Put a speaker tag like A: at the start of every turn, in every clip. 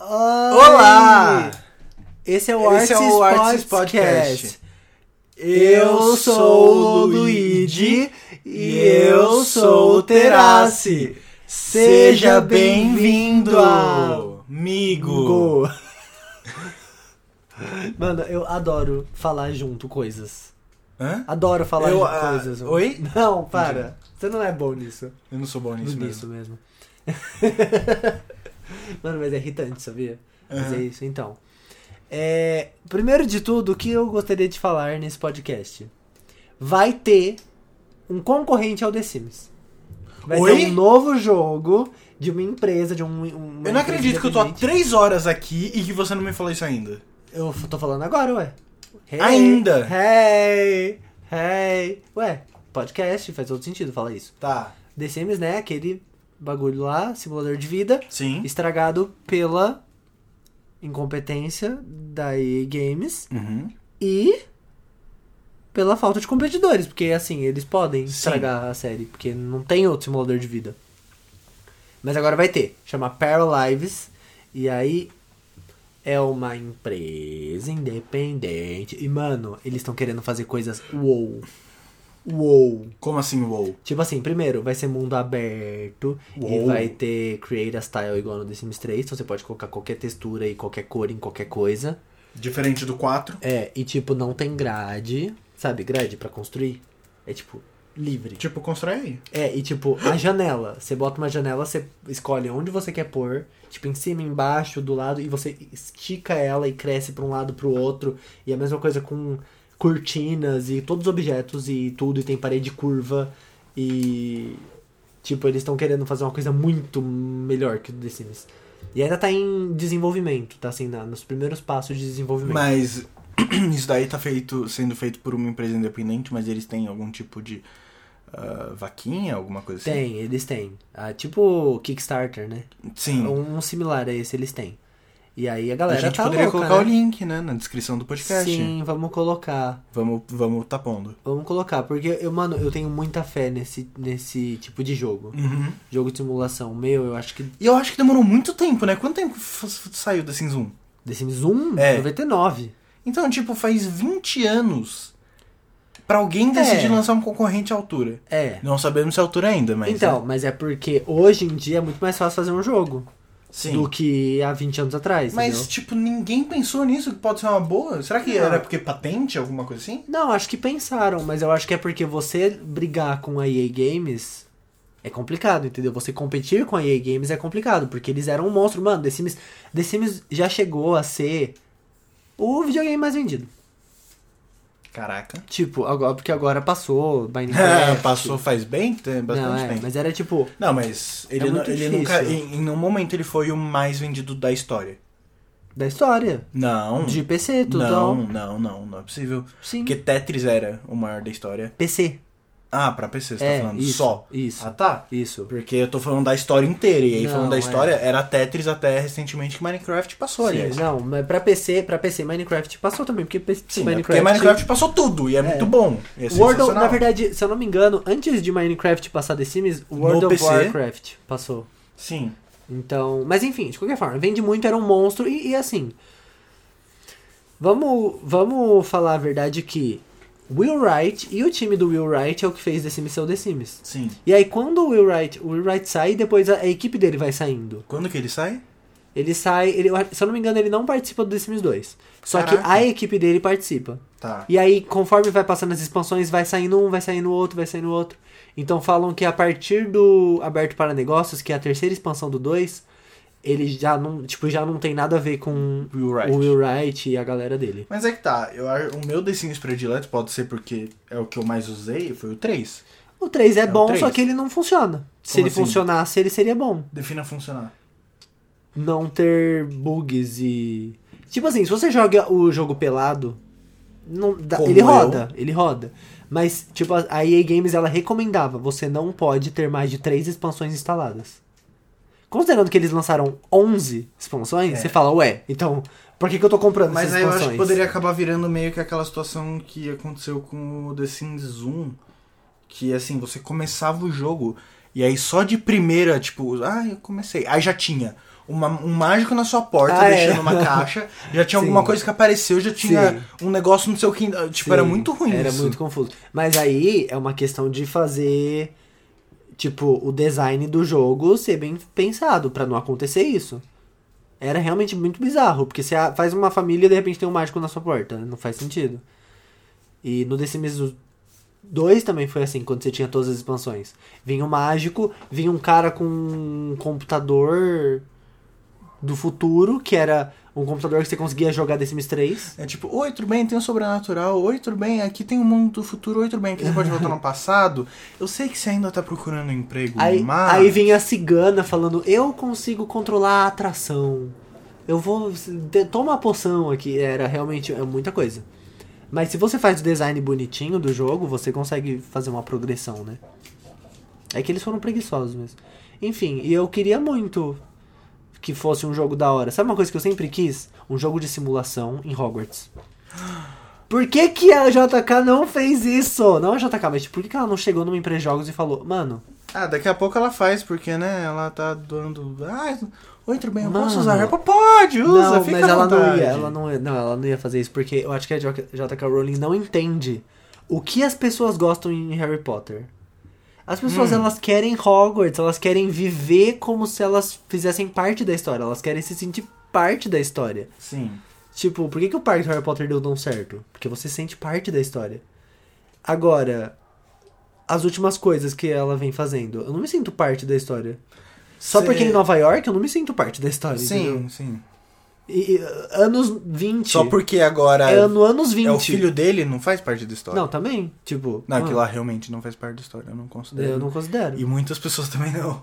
A: Oi!
B: Olá!
A: Esse é o Arts,
B: Esse é o Arts
A: Podcast.
B: Podcast.
A: Eu sou o Luigi e eu sou o Terassi.
B: Seja bem-vindo, amigo.
A: Go! Mano, eu adoro falar junto coisas.
B: Hã?
A: Adoro falar
B: Eu,
A: junto
B: ah,
A: coisas.
B: oi?
A: Não, para. Você não é bom nisso.
B: Eu não sou bom nisso
A: nisso
B: mesmo.
A: mesmo. Mano, mas é irritante, sabia? Fazer
B: Aham.
A: isso. Então, é, primeiro de tudo, o que eu gostaria de falar nesse podcast? Vai ter um concorrente ao The Sims. Vai
B: Oi?
A: ter um novo jogo de uma empresa, de um. uma
B: Eu não
A: empresa
B: acredito que eu tô há
A: independente.
B: três horas aqui e que você não me falou isso ainda.
A: Eu f- tô falando agora, ué. Hey,
B: Ainda?
A: Hey! Hey! Ué, podcast faz todo sentido falar isso.
B: Tá.
A: The Sims, né? Aquele bagulho lá, simulador de vida
B: Sim.
A: estragado pela incompetência da EA Games
B: Uhum.
A: e pela falta de competidores, porque assim, eles podem
B: Sim.
A: estragar a série, porque não tem outro simulador de vida. Mas agora vai ter, chama Paralives, e aí é uma empresa independente. E mano, eles estão querendo fazer coisas uou. Uou.
B: Como assim, wow?
A: Tipo assim, primeiro, vai ser mundo aberto e
B: Uou.
A: vai ter Create a Style igual no The Sims 3, então você pode colocar qualquer textura e qualquer cor em qualquer coisa.
B: Diferente do 4.
A: É, e tipo, não tem grade, sabe? Grade pra construir. É tipo, livre.
B: Tipo, constrói aí.
A: É, e tipo, a janela. Você bota uma janela, você escolhe onde você quer pôr, tipo, em cima, embaixo, do lado, e você estica ela e cresce pra um lado pro outro. E a mesma coisa com cortinas e todos os objetos e tudo, e tem parede curva. E. Tipo, eles estão querendo fazer uma coisa muito melhor que o The Sims. E ainda tá em desenvolvimento, tá assim, na- nos primeiros passos de desenvolvimento.
B: Mas isso daí tá feito, sendo feito por uma empresa independente, mas eles têm algum tipo de ah, vaquinha, alguma coisa assim?
A: Tem, eles têm. Ah, tipo Kickstarter, né?
B: Sim.
A: Um, um similar a esse eles têm. E aí a
B: Hum. A
A: galera
B: gente
A: tá
B: poderia
A: louca,
B: colocar
A: né?
B: o link, né, na descrição do podcast.
A: Sim, vamos colocar.
B: Vamos, vamos tá pondo.
A: Vamos colocar, porque eu, mano, eu tenho muita fé nesse, nesse tipo de jogo.
B: Uhum.
A: Jogo de simulação. Meu, eu acho que
B: E eu acho que demorou muito tempo, né? Quanto tempo f- f- saiu The Sims 1?
A: The Sims 1,
B: É.
A: 99.
B: Então, tipo, faz 20 anos pra alguém decidir
A: É.
B: lançar um concorrente à altura.
A: É.
B: Não sabemos se é a altura ainda, mas...
A: então,
B: né?
A: mas é porque hoje em dia é muito mais fácil fazer um jogo
B: Sim.
A: do que há 20 anos atrás,
B: Mas,
A: entendeu?
B: tipo, ninguém pensou nisso que pode ser uma boa? Será que
A: Não.
B: era porque patente, alguma coisa assim?
A: Não, acho que pensaram, mas eu acho que é porque você brigar com a EA Games é complicado, entendeu? Você competir com a EA Games é complicado, porque eles eram um monstro. Mano, The Sims, The Sims já chegou a ser o videogame mais vendido.
B: Caraca.
A: Tipo, agora, porque agora passou,
B: É,
A: Minecraft.
B: passou faz bem, tem
A: tipo Não,
B: bastante
A: é,
B: tempo.
A: mas era tipo,
B: Não, mas ele,
A: É
B: não-
A: muito
B: ele
A: difícil.
B: nunca. Em, em um momento ele foi o mais vendido da história.
A: da história.
B: Não.
A: De PC, tudo. então,
B: não, não, não, não é possível.
A: Sim.
B: Porque Tetris era o maior da história.
A: PC.
B: Ah, pra PC, você
A: é,
B: tá falando
A: isso,
B: só.
A: Isso.
B: Ah, tá.
A: Isso.
B: Porque eu tô falando da história inteira. E aí,
A: Não,
B: falando da
A: é.
B: história, era Tetris até recentemente que Minecraft passou,
A: Sim,
B: aliás.
A: não, mas pra PC, pra PC Minecraft passou também, porque PC,
B: Sim, é
A: Minecraft.
B: porque Minecraft passou tudo e é, muito bom. E é
A: World of-
B: sensacional.
A: na verdade, se eu não me engano, antes de Minecraft passar The Sims, o World
B: No
A: of
B: PC.
A: Warcraft passou.
B: Sim.
A: Então, mas enfim, de qualquer forma, vende muito, era um monstro e, e assim. Vamos, vamos falar a verdade que Will Wright e o time do Will Wright é o que fez The Sims ser o The Sims.
B: Sim.
A: E aí quando o Will Wright, o Will Wright sai, depois a, a equipe dele vai saindo.
B: Quando que ele sai?
A: Ele sai, ele, se eu não me engano, ele não participa do The Sims 2. Só que
B: Caraca.
A: a equipe dele participa.
B: Tá.
A: E aí, conforme vai passando as expansões, vai saindo um, vai saindo outro, vai saindo outro. Então falam que a partir do Aberto para Negócios, que é a terceira expansão do 2, ele já não, tipo, já não tem nada a ver com
B: Will Wright.
A: o Will Wright e a galera dele.
B: Mas é que tá, eu, a- o meu The Sims predileto pode ser porque é o que eu mais usei, foi o 3.
A: O 3 é,
B: o
A: bom,
B: três.
A: só que ele não funciona. Se
B: Como
A: ele
B: assim?
A: funcionasse, ele seria bom.
B: Defina funcionar.
A: Não ter bugs e. Tipo assim, se você joga o jogo pelado, não dá-
B: Como
A: ele
B: eu.
A: roda, ele roda. Mas, tipo, a a EA Games ela recomendava: você não pode ter mais de três expansões instaladas. Considerando que eles lançaram 11 expansões,
B: É.
A: você fala, ué, então, por que, que eu tô comprando
B: Mas
A: essas
B: aí eu
A: expansões?
B: acho que poderia acabar virando meio que aquela situação que aconteceu com o The Sims 1. Que assim, você começava o jogo e aí só de primeira, tipo, ah, eu comecei. Aí já tinha uma- um mágico na sua porta,
A: Ah, é.
B: deixando uma caixa. Já tinha
A: Sim.
B: alguma coisa que apareceu, já tinha um negócio no seu quintal. Tipo, era
A: Sim,
B: muito ruim
A: Era
B: isso.
A: muito confuso. Mas aí é uma questão de fazer, tipo, o design do jogo ser bem pensado pra não acontecer isso. Era realmente muito bizarro, porque você a- faz uma família e de repente tem um mágico na sua porta. Não faz sentido. E no The Sims 2 também foi assim, quando você tinha todas as expansões. Vinha um mágico, vinha um cara com um computador do futuro, que era um computador que você conseguia jogar The Sims 3.
B: É tipo, oi, tudo bem, tem o sobrenatural, oi, tudo bem, aqui tem o mundo do futuro, oi, tudo bem, aqui você pode voltar no passado. Eu sei que você ainda tá procurando um emprego,
A: Aí,
B: mas...
A: aí vem a cigana falando, eu consigo controlar a atração. Eu vou. de- Toma a poção aqui. Era realmente é muita coisa. Mas se você faz o design bonitinho do jogo, você consegue fazer uma progressão, né? É que eles foram preguiçosos mesmo. Enfim, e eu queria muito que fosse um jogo da hora. Sabe uma coisa que eu sempre quis? Um jogo de simulação em Hogwarts. Por que, que a JK não fez isso? Não a JK, mas tipo, por que, que ela não chegou numa empresa de jogos e falou, mano,
B: Ah, daqui a pouco ela faz, porque, né, ela tá dando... Ah, oi, tudo bem, eu posso
A: Mano.
B: usar harpa? Pode, usa,
A: não,
B: fica
A: mas
B: à
A: ela não
B: vontade.
A: ia, ela não ia, não, ela não ia fazer isso porque eu acho que a J.K. Rowling não entende o que as pessoas gostam em Harry Potter. As pessoas
B: Hum.
A: elas querem Hogwarts, elas querem viver como se elas fizessem parte da história, elas querem se sentir parte da história.
B: Sim.
A: Tipo, por que, que o parque do Harry Potter deu tão certo? Porque você sente parte da história. Agora, as últimas coisas que ela vem fazendo, eu não me sinto parte da história. Só
B: Cê-
A: porque é em Nova York eu não me sinto parte da história. entendeu?
B: Sim, sim.
A: E, e, anos 20.
B: Só porque agora
A: É no anos 20.
B: é o filho dele, não faz parte da história.
A: Não, também. Tipo.
B: Não,
A: ah,
B: aquilo lá realmente não faz parte da história, eu não considero.
A: Eu não considero.
B: E muitas pessoas também não.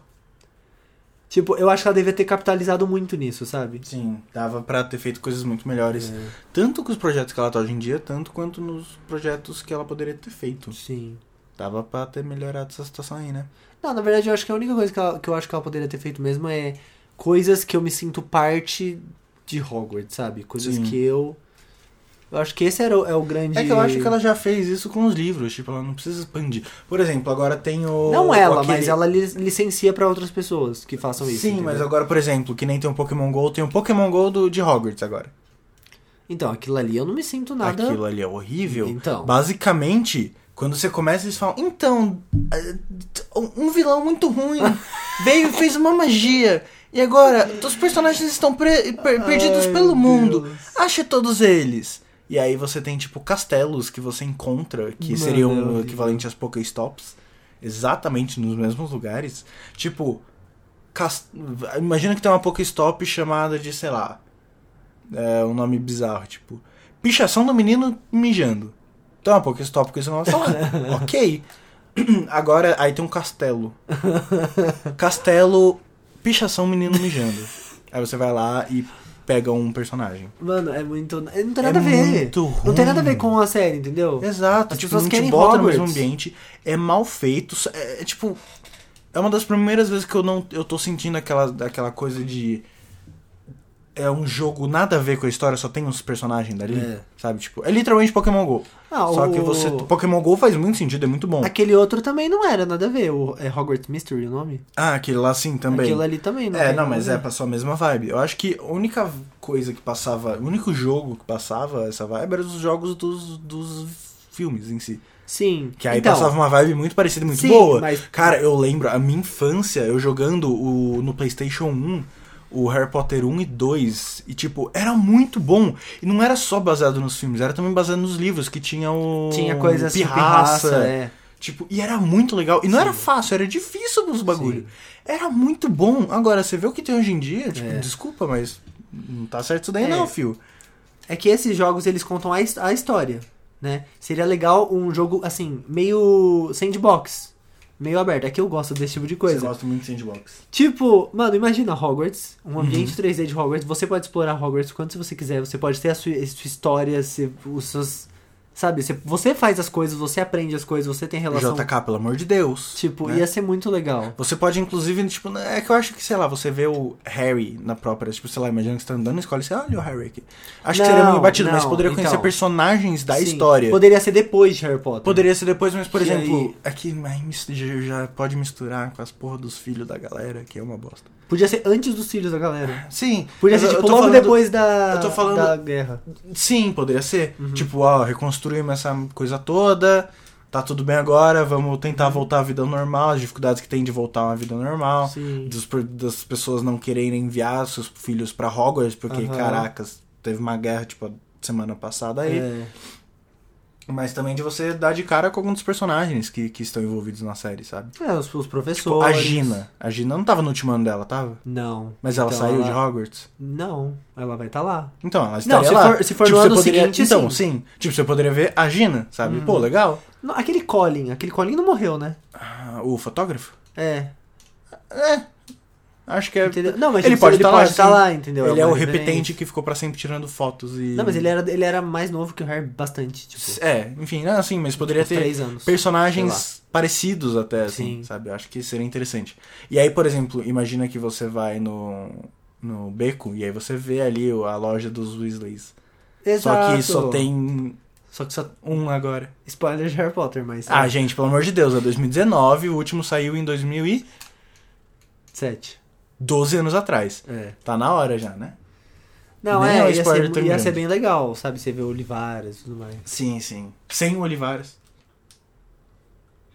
A: Tipo, eu acho que ela devia ter capitalizado muito nisso, sabe?
B: Sim, dava pra ter feito coisas muito melhores.
A: É,
B: Tanto com os projetos que ela tá hoje em dia, tanto quanto nos projetos que ela poderia ter feito.
A: É, sim.
B: Dava pra ter melhorado essa situação aí, né?
A: Não, na verdade, eu acho que a única coisa que, ela- que eu acho que ela poderia ter feito mesmo é coisas que eu me sinto parte de Hogwarts, sabe? Coisas
B: Sim.
A: que eu. Eu acho que esse era o, é o grande.
B: É que eu acho que ela já fez isso com os livros, tipo, ela não precisa expandir. Por exemplo, agora tem o.
A: Não ela,
B: aquele-
A: mas ela li- licencia pra outras pessoas que façam isso.
B: Sim, mas
A: entendeu?
B: agora, por exemplo, que nem tem o Pokémon GO, tem o Pokémon GO do, de Hogwarts agora.
A: Então, aquilo ali eu não me sinto nada.
B: Aquilo ali é horrível.
A: Então.
B: Basicamente, quando você começa, eles falam: então, eh, um vilão muito ruim veio e fez uma magia. E agora, os personagens estão pre- per- perdidos
A: Ai, meu
B: pelo mundo.
A: Deus.
B: Ache todos eles. E aí você tem, tipo, castelos que você encontra, que
A: Mano, é
B: seriam o
A: horrível.
B: equivalente às Pokéstops, exatamente nos mesmos lugares. Tipo, cas- imagina que tem uma Pokéstop chamada de, sei lá, é um nome bizarro, tipo, pichação do menino mijando. Então é uma Pokéstop com esse nome, só, ok. Agora, aí tem um castelo. Castelo, pichação, menino mijando. Aí você vai lá e pega um personagem.
A: Mano, é muito. Não tem
B: É
A: nada a ver.
B: muito
A: Não tem nada a
B: ruim.
A: ver com a série, entendeu?
B: Exato,
A: As
B: tipo,
A: pessoas
B: não te
A: querem
B: bota no
A: Hogwarts.
B: mesmo ambiente, é mal feito, é, é, tipo... É uma das primeiras vezes que eu não eu tô sentindo aquela, aquela coisa de... É um jogo nada a ver com a história, só tem uns personagens dali,
A: É.
B: sabe? Tipo, é literalmente Pokémon GO.
A: Ah,
B: só
A: o-
B: que você... Pokémon GO faz muito sentido, é muito bom.
A: Aquele outro também não era nada a ver. O, é Hogwarts Mystery o nome?
B: Ah, aquele lá sim, também.
A: Aquilo ali também não
B: É,
A: tem
B: não,
A: nada
B: mas
A: a
B: é,
A: ver.
B: passou a mesma vibe. Eu acho que a única coisa que passava, o único jogo que passava essa vibe era os jogos dos, dos filmes em si.
A: Sim.
B: é Que aí
A: então,
B: passava uma vibe muito parecida, e muito
A: Sim,
B: boa.
A: mas-
B: Cara, eu lembro, a minha infância, eu jogando o, no PlayStation 1, o Harry Potter 1 e 2. E, tipo, era muito bom. E não era só baseado nos filmes, era também baseado nos livros, que tinha o.
A: Tinha coisas tipo pirraça, é.
B: Tipo, e era muito legal. E não era fácil, era difícil os bagulho. Era muito bom. Agora, você vê o que tem hoje em dia, tipo,
A: É.
B: desculpa, mas não tá certo isso daí
A: É.
B: não, fio.
A: É que esses jogos eles contam a, his- a história, né? Seria legal um jogo, assim, meio sandbox. Meio aberto. É que eu gosto desse tipo de coisa.
B: Você gosta muito de sandbox.
A: Tipo, mano, imagina Hogwarts,
B: Uhum.
A: um ambiente 3D de Hogwarts, você pode explorar Hogwarts quanto você quiser, você pode ter a sua, a sua história, se, os seus. Sabe, você, você faz as coisas, você aprende as coisas, você tem relação.
B: JK, pelo amor de Deus.
A: Tipo,
B: né?
A: ia ser muito legal.
B: Você pode, inclusive, tipo, é que eu acho que, sei lá, você vê o Harry na própria, tipo, sei lá, imagina que você tá andando na escola e você olha o Harry aqui. Acho que
A: Não,
B: seria meio batido, mas
A: não,
B: poderia conhecer
A: então.
B: personagens da
A: Sim,
B: história.
A: Poderia ser depois de Harry Potter.
B: Poderia ser depois, mas, por
A: E
B: exemplo,
A: aí-
B: aqui ai, mis- já já pode misturar com as porra dos filhos da galera, que é uma bosta.
A: Podia ser antes dos filhos da galera.
B: Sim.
A: Podia
B: mas
A: ser,
B: eu- eu
A: tipo,
B: tô
A: logo
B: falando-
A: depois da,
B: eu tô falando-
A: da guerra.
B: Sim, poderia ser.
A: Uhum.
B: Tipo, ó, reconstruímos essa coisa toda, tá tudo bem agora, vamos tentar
A: Uhum.
B: voltar à vida normal, as dificuldades que tem de voltar a uma vida normal.
A: Sim.
B: dos pro- das pessoas não quererem enviar seus filhos pra Hogwarts, porque,
A: Aham.
B: caracas, teve uma guerra, tipo, a semana passada aí.
A: É.
B: Mas também de você dar de cara com algum dos personagens que, que estão envolvidos na série, sabe?
A: É, os, os
B: Tipo,
A: professores.
B: a Gina. A Gina não tava no último ano dela, tava?
A: Não.
B: Mas ela
A: Então,
B: saiu de
A: ela-
B: Hogwarts.
A: Não, ela vai estar lá.
B: Então, ela estaria
A: se
B: lá.
A: for- se for
B: tipo,
A: no
B: você
A: ano
B: poderia...
A: seguinte, Uhum.
B: Então, sim. Tipo, você poderia ver a Gina, sabe? Pô, legal.
A: Não, aquele Colin, aquele Colin não morreu, né?
B: Ah, o fotógrafo?
A: É.
B: Acho que é...
A: Entendeu? Não, mas
B: Ele
A: tipo,
B: pode
A: ele
B: tá lá,
A: pode estar
B: sim.
A: lá, entendeu?
B: Ele é o
A: uma
B: repetente
A: referência.
B: que ficou pra sempre tirando fotos e...
A: Não, mas ele é- era, ele era mais novo que o Harry bastante, tipo,
B: É, enfim, não, assim, mas poderia
A: uns
B: ter...
A: três anos.
B: personagens parecidos até, assim,
A: Sim.
B: sabe? Eu acho que seria interessante. E aí, por exemplo, imagina que você vai no, no beco e aí você vê ali o- a loja dos Weasleys. Só que só tem
A: Só que só.
B: um agora.
A: Spoiler de Harry Potter, mas.
B: Ah, gente, pelo amor de Deus, é 2019, o último saiu em 2012
A: Sete.
B: anos atrás.
A: É.
B: Tá na hora já, né?
A: Não,
B: Nem é um
A: é, ia
B: spoiler
A: ser,
B: tão
A: ia ser
B: grande.
A: bem legal, sabe? Você vê Olivares e tudo mais.
B: Sim, sim. Sem o Olivares.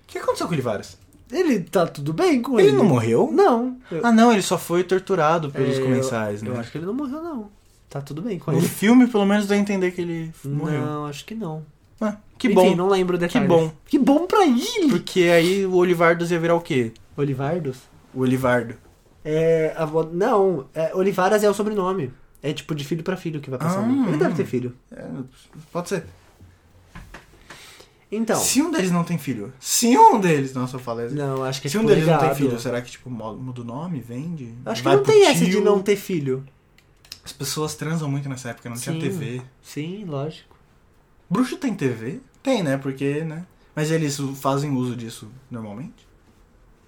B: O que aconteceu com o Olivares?
A: Ele tá tudo bem com ele.
B: Ele não morreu?
A: Não. Eu,
B: Ah, não, ele só foi torturado pelos
A: É,
B: comensais, né?
A: eu acho que ele não morreu, não. Tá tudo bem com
B: No
A: ele.
B: filme, pelo menos, dá a entender que ele morreu.
A: Não, acho que não.
B: Ah, que
A: Enfim,
B: bom.
A: não lembro
B: Que
A: detalhes.
B: bom.
A: Que bom pra ele!
B: Porque aí o Olivardos ia virar o quê?
A: Olivardos?
B: O Olivardo.
A: É. A avó- Não, é, Olivaras é o sobrenome. É tipo de filho pra filho que vai passar.
B: Ah.
A: ele deve ter filho.
B: pode ser.
A: Então.
B: Se um deles não tem filho. Se um deles. Nossa, eu falei.
A: Não, acho que é
B: Se um
A: tipo
B: deles não
A: legado.
B: tem filho, será que, tipo, mo- muda o nome? Vende?
A: Acho que
B: Vai
A: não
B: pro
A: tem essa de
B: tio?
A: não ter filho.
B: As pessoas transam muito nessa época, não
A: Sim.
B: tinha TV.
A: Sim, lógico.
B: Bruxo tem TV? Tem, né? Porque, né? Mas eles fazem uso disso normalmente?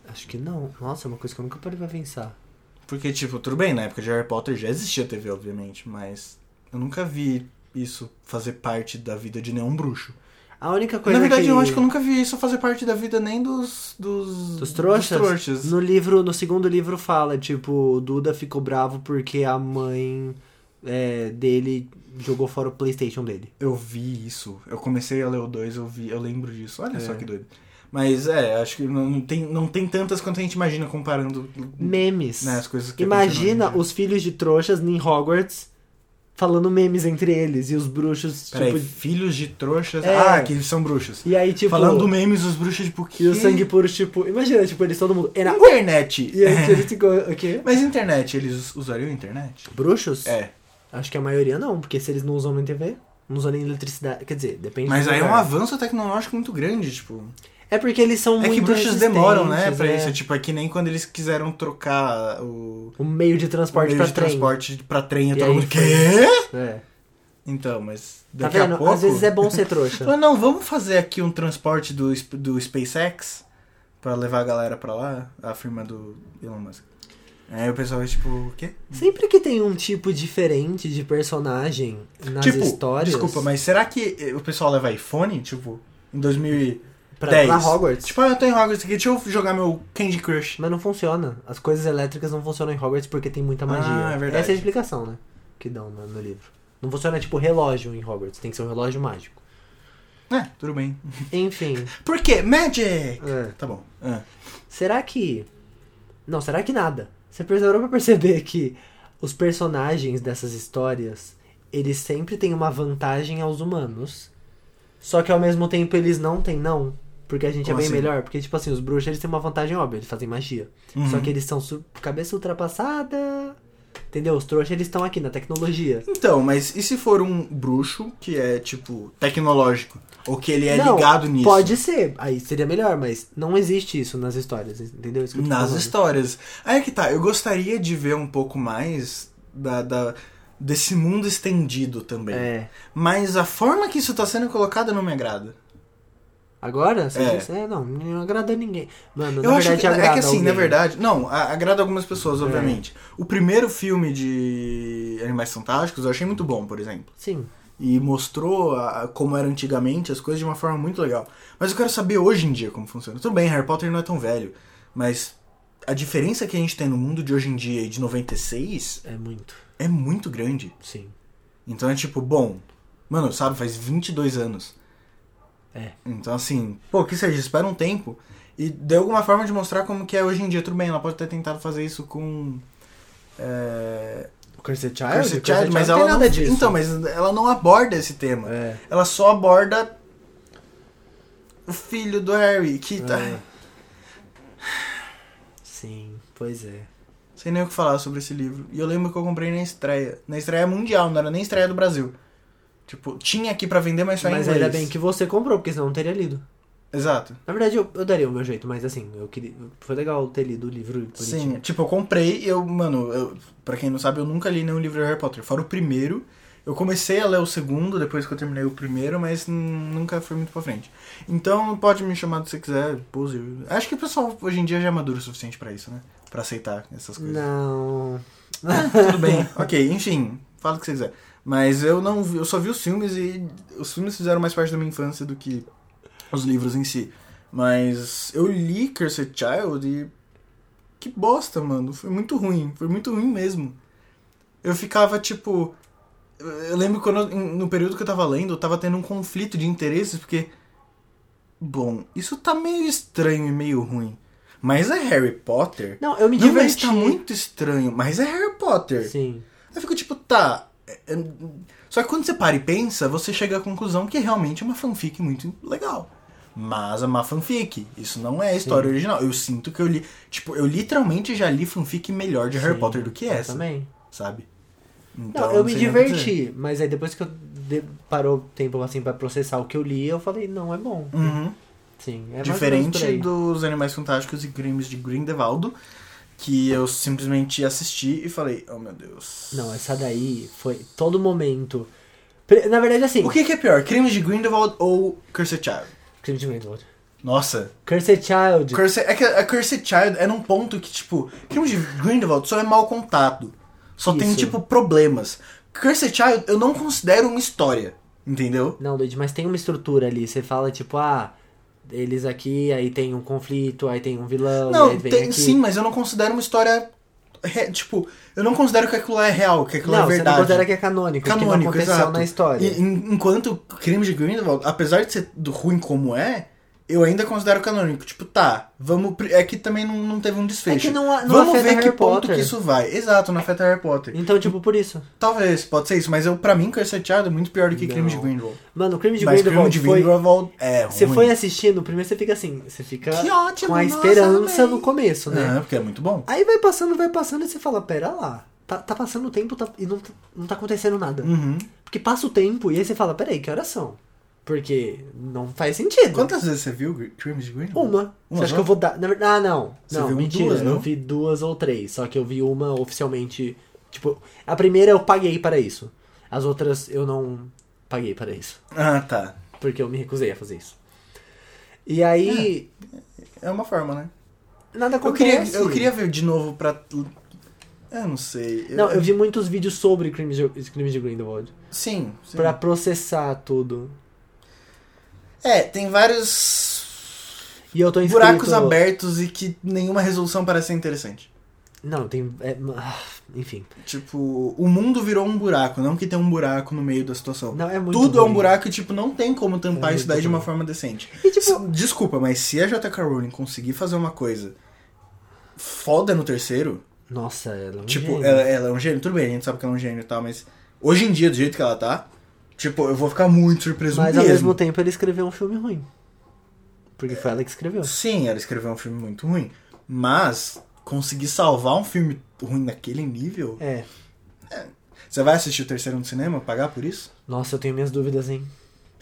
A: Acho que não. Nossa, é uma coisa que eu nunca parei pra pensar.
B: Porque, tipo, tudo bem, na época de Harry Potter já existia TV, obviamente, mas eu nunca vi isso fazer parte da vida de nenhum bruxo.
A: A única coisa
B: Na verdade,
A: que...
B: eu acho que eu nunca vi isso fazer parte da vida nem dos. Dos,
A: Dos trouxas?
B: dos trouxas.
A: No livro, no segundo livro fala, tipo, o Duda ficou bravo porque a mãe é, dele jogou fora o Playstation dele.
B: Eu vi isso. Eu comecei a ler o 2, eu vi, eu lembro disso. Olha
A: É.
B: só que doido. Mas é, acho que não não tem, não tem tantas quanto a gente imagina comparando
A: Memes.
B: né, as coisas que
A: Imagina
B: aconteceram hoje
A: os filhos de trouxas em Hogwarts falando memes entre eles e os bruxos,
B: em dia. Peraí,
A: tipo...
B: filhos de trouxas.
A: É.
B: Ah, que eles são bruxos.
A: E aí, tipo...
B: Falando memes, os bruxos, tipo, que.
A: E o sangue puro, tipo... Imagina, tipo, eles todo mundo... Era...
B: Internet!
A: E aí tipo, eles ficam... O quê?
B: Mas internet, eles usariam internet?
A: Bruxos?
B: É.
A: Acho que a maioria não, porque se eles não usam nem TV, não usam nem eletricidade. Quer dizer, depende.
B: Mas
A: do
B: aí é um
A: lugar.
B: avanço tecnológico muito grande, tipo.
A: É porque eles são
B: É
A: muito.
B: que bruxos demoram, né,
A: resistentes,
B: pra
A: é.
B: isso. Tipo, é que nem quando eles quiseram trocar o,
A: O Um meio de
B: o
A: transporte
B: um meio
A: pra
B: de
A: trem.
B: transporte pra trem e
A: E
B: todo
A: aí
B: mundo...
A: foi.
B: Quê?
A: É.
B: Então, mas
A: Tá
B: daqui
A: vendo?
B: a pouco...
A: Às vezes é bom ser trouxa.
B: Mas não, vamos fazer aqui um transporte do, Sp- do SpaceX pra levar a galera pra lá, a firma do Elon Musk. Aí o pessoal vai, tipo, o quê?
A: Sempre que tem um tipo diferente de personagem nas
B: tipo,
A: histórias.
B: desculpa, mas será que eh, o pessoal leva iPhone, tipo, em 2010?
A: Pra, pra Hogwarts.
B: Tipo, ah, eu tô em Hogwarts aqui, deixa eu jogar meu Candy Crush.
A: Mas não funciona. As coisas elétricas não funcionam em Hogwarts porque tem muita
B: Ah,
A: magia.
B: é verdade.
A: Essa é a explicação, né? Que dão no, no livro. Não funciona tipo relógio em Hogwarts. Tem que ser um relógio mágico.
B: É, tudo bem.
A: Enfim.
B: Por quê? Magic!
A: é.
B: Tá bom. Ah.
A: Será que. Não, será que nada? Você percebeu pra perceber que os personagens dessas histórias eles sempre têm uma vantagem aos humanos, só que ao mesmo tempo eles não têm, não? Porque a gente
B: Como
A: é bem
B: assim?
A: melhor. Porque, tipo assim, os bruxos eles têm uma vantagem óbvia, eles fazem magia.
B: Uhum.
A: Só que eles são su- cabeça ultrapassada. Entendeu? Os trouxas eles estão aqui na tecnologia.
B: Então, mas e se for um bruxo que é, tipo, tecnológico? Ou que ele é
A: Não,
B: ligado nisso?
A: Pode ser, aí seria melhor, mas não existe isso nas histórias, entendeu? Isso que eu tô
B: Nas
A: falando.
B: histórias. Aí é que tá, eu gostaria de ver um pouco mais da, da- desse mundo estendido também.
A: É.
B: Mas a forma que isso tá sendo colocado não me agrada.
A: Agora? Você
B: É.
A: disse, é, não, não agrada ninguém. Mano,
B: eu
A: na
B: acho
A: verdade
B: que,
A: agrada
B: é que assim,
A: alguém. É.
B: na verdade... Não, a- agrada algumas pessoas, obviamente. O primeiro filme de Animais Fantásticos eu achei muito bom, por exemplo.
A: Sim.
B: e mostrou a- a- como era antigamente as coisas de uma forma muito legal. Mas eu quero saber hoje em dia como funciona. Tudo bem, Harry Potter não é tão velho, mas a diferença que a gente tem no mundo de hoje em dia e de 96
A: É muito,
B: é muito grande.
A: sim.
B: Então é tipo, bom, mano, sabe, faz 22 anos.
A: É.
B: Então assim, pô, que seja, espera um tempo e dê alguma forma de mostrar como que é hoje em dia. Tudo bem, ela pode ter tentado fazer isso com... É,
A: O Ah, Cursed Child?
B: Cursed
A: O
B: Child, mas
A: não
B: ela
A: tem nada
B: não,
A: disso.
B: Então, mas ela não aborda esse tema.
A: É.
B: Ela só aborda o filho do Harry, que tá...
A: É. Sim, pois é.
B: Sem nem o que falar sobre esse livro. E eu lembro que eu comprei na estreia. Na estreia mundial, não era nem estreia do Brasil. Tipo, tinha aqui pra vender, mas só em
A: mas
B: inglês.
A: ainda bem que você comprou, porque senão eu não teria lido.
B: Exato.
A: Na verdade, eu, eu daria o meu jeito, mas assim, eu queria. Foi legal ter lido o livro bonitinho.
B: Sim, tipo, eu comprei e eu, mano, eu, pra quem não sabe, eu nunca li nenhum livro de Harry Potter. Fora o primeiro. Eu comecei a ler o segundo, depois que eu terminei o primeiro, mas hum, nunca foi muito pra frente. Então, pode me chamar do que você quiser, pose. Acho que o pessoal hoje em dia já é maduro o suficiente pra isso, né? Pra aceitar essas coisas.
A: Não.
B: Tudo bem. ok, enfim, fala o que você quiser. Mas eu não vi, eu só vi os filmes e os filmes fizeram mais parte da minha infância do que os livros em si. Mas eu li Cursed Child e. Que bosta, mano. Foi muito ruim. Foi muito ruim mesmo. Eu ficava tipo. Eu lembro quando. eu- em- No período que eu tava lendo, eu tava tendo um conflito de interesses, porque. Bom, isso tá meio estranho e meio ruim. Mas é Harry Potter?
A: Não, eu me
B: Não, mas
A: diverti.
B: tá muito estranho, mas é Harry Potter.
A: Sim.
B: Aí eu fico tipo, tá. é- é- Só que quando você para e pensa, você chega à conclusão que é realmente é uma fanfic muito legal. Mas é uma fanfic. Isso não é a história
A: Sim.
B: original. Eu sinto que eu li. Tipo, eu literalmente já li fanfic melhor de Harry
A: Sim,
B: Potter do que
A: eu
B: essa,
A: Também.
B: sabe? Então,
A: Não, eu me
B: sei nem o que dizer.
A: diverti, É mas aí depois que eu de- parou o tempo assim pra processar o que eu li, eu falei, não, é bom.
B: Uhum.
A: Sim, é mais ou menos por
B: Diferente
A: aí.
B: dos Animais Fantásticos e Crimes de Grindelwald, que eu simplesmente assisti e falei, oh meu Deus.
A: Não, essa daí foi todo momento. Pre- Na verdade, assim.
B: O que, que é pior, Crimes de Grindelwald ou Cursed Child?
A: Crime de Grindelwald.
B: Nossa,
A: Cursed Child.
B: Cursed, é que a Cursed Child é num ponto que, tipo, Crimes de Grindelwald só é mal contado. Só tem,
A: Isso.
B: tipo, problemas. Cursed Child eu não considero uma história, entendeu?
A: Não, Luigi, mas tem uma estrutura ali. Você fala, tipo, ah, eles aqui, aí tem um conflito, aí tem um vilão, e aí
B: Não,
A: vem
B: tem,
A: aqui.
B: sim, mas eu não considero uma história. re- tipo, eu não considero que aquilo é real, que aquilo
A: não,
B: é
A: você não
B: verdade.
A: considera que é canônico, que não
B: canônico,
A: aconteceu
B: exato.
A: na história.
B: E, en- enquanto Crimes de Grindelwald, apesar de ser do ruim como é, eu ainda considero canônico. Tipo, tá, vamos. pri- É que também não, não teve um desfecho.
A: É que não a- não
B: vamos
A: afeta
B: ver que
A: Harry
B: ponto
A: Potter.
B: que isso vai. Exato, não afeta Harry Potter.
A: Então, tipo, por isso.
B: Talvez, pode ser isso, mas eu, pra mim, Cursed Child é muito pior do que
A: Não.
B: Crimes de Grindelwald.
A: Mano, o Crime de
B: mas Crimes
A: Grindelwald
B: de
A: foi...
B: Grindelwald é ruim.
A: Você foi assistindo, primeiro você fica assim, você fica
B: Que ótimo,
A: com a
B: nossa,
A: esperança
B: amei.
A: no começo, né?
B: É, porque é muito bom.
A: Aí vai passando, vai passando, e você fala, pera lá, tá, tá passando o tempo tá- e não, tá- não tá acontecendo nada.
B: Uhum.
A: Porque passa o tempo e aí você fala, peraí, que horas são? Porque não faz sentido.
B: Quantas vezes você viu Gr- Crimes de Grindelwald?
A: Uma.
B: Uma
A: você acha
B: só?
A: que eu vou dar. na verdade- Ah, não.
B: Você
A: não,
B: viu
A: mentira.
B: duas, não?
A: Eu vi duas ou três. Só que eu vi uma oficialmente. Tipo, a primeira eu paguei para isso. As outras eu não paguei para isso.
B: Ah, tá.
A: Porque eu me recusei a fazer isso. E aí.
B: É uma forma, né?
A: Nada
B: Eu
A: acontece.
B: queria, eu queria ver de novo pra. Eu não sei.
A: Não, eu vi muitos vídeos sobre crimes de, crimes de Grindelwald.
B: Sim, sim.
A: Pra processar tudo.
B: É, tem vários
A: E eu tô inscrito...
B: buracos abertos e que nenhuma resolução parece ser interessante.
A: Não, tem... é, ah, enfim.
B: Tipo, o mundo virou um buraco, não que tem um buraco no meio da situação.
A: Não, é muito
B: Tudo é um
A: ruim.
B: buraco e, tipo, não tem como tampar
A: É
B: isso
A: muito
B: daí de uma
A: ruim.
B: forma decente.
A: E tipo...
B: Se- Desculpa, mas se a J.K. Rowling conseguir fazer uma coisa foda no terceiro,
A: Nossa, ela é um
B: tipo,
A: gênio.
B: ela, ela é um gênio, tudo bem, a gente sabe que ela é um gênio e tal, mas hoje em dia, do jeito que ela tá, tipo, eu vou ficar muito surpreso
A: Mas
B: um mesmo.
A: ao mesmo tempo ele escreveu um filme ruim. Porque foi ela que escreveu.
B: Sim, ela escreveu um filme muito ruim, mas conseguir salvar um filme ruim naquele nível.
A: É.
B: Você vai assistir o terceiro no cinema, pagar por isso?
A: Nossa, eu tenho minhas dúvidas, hein?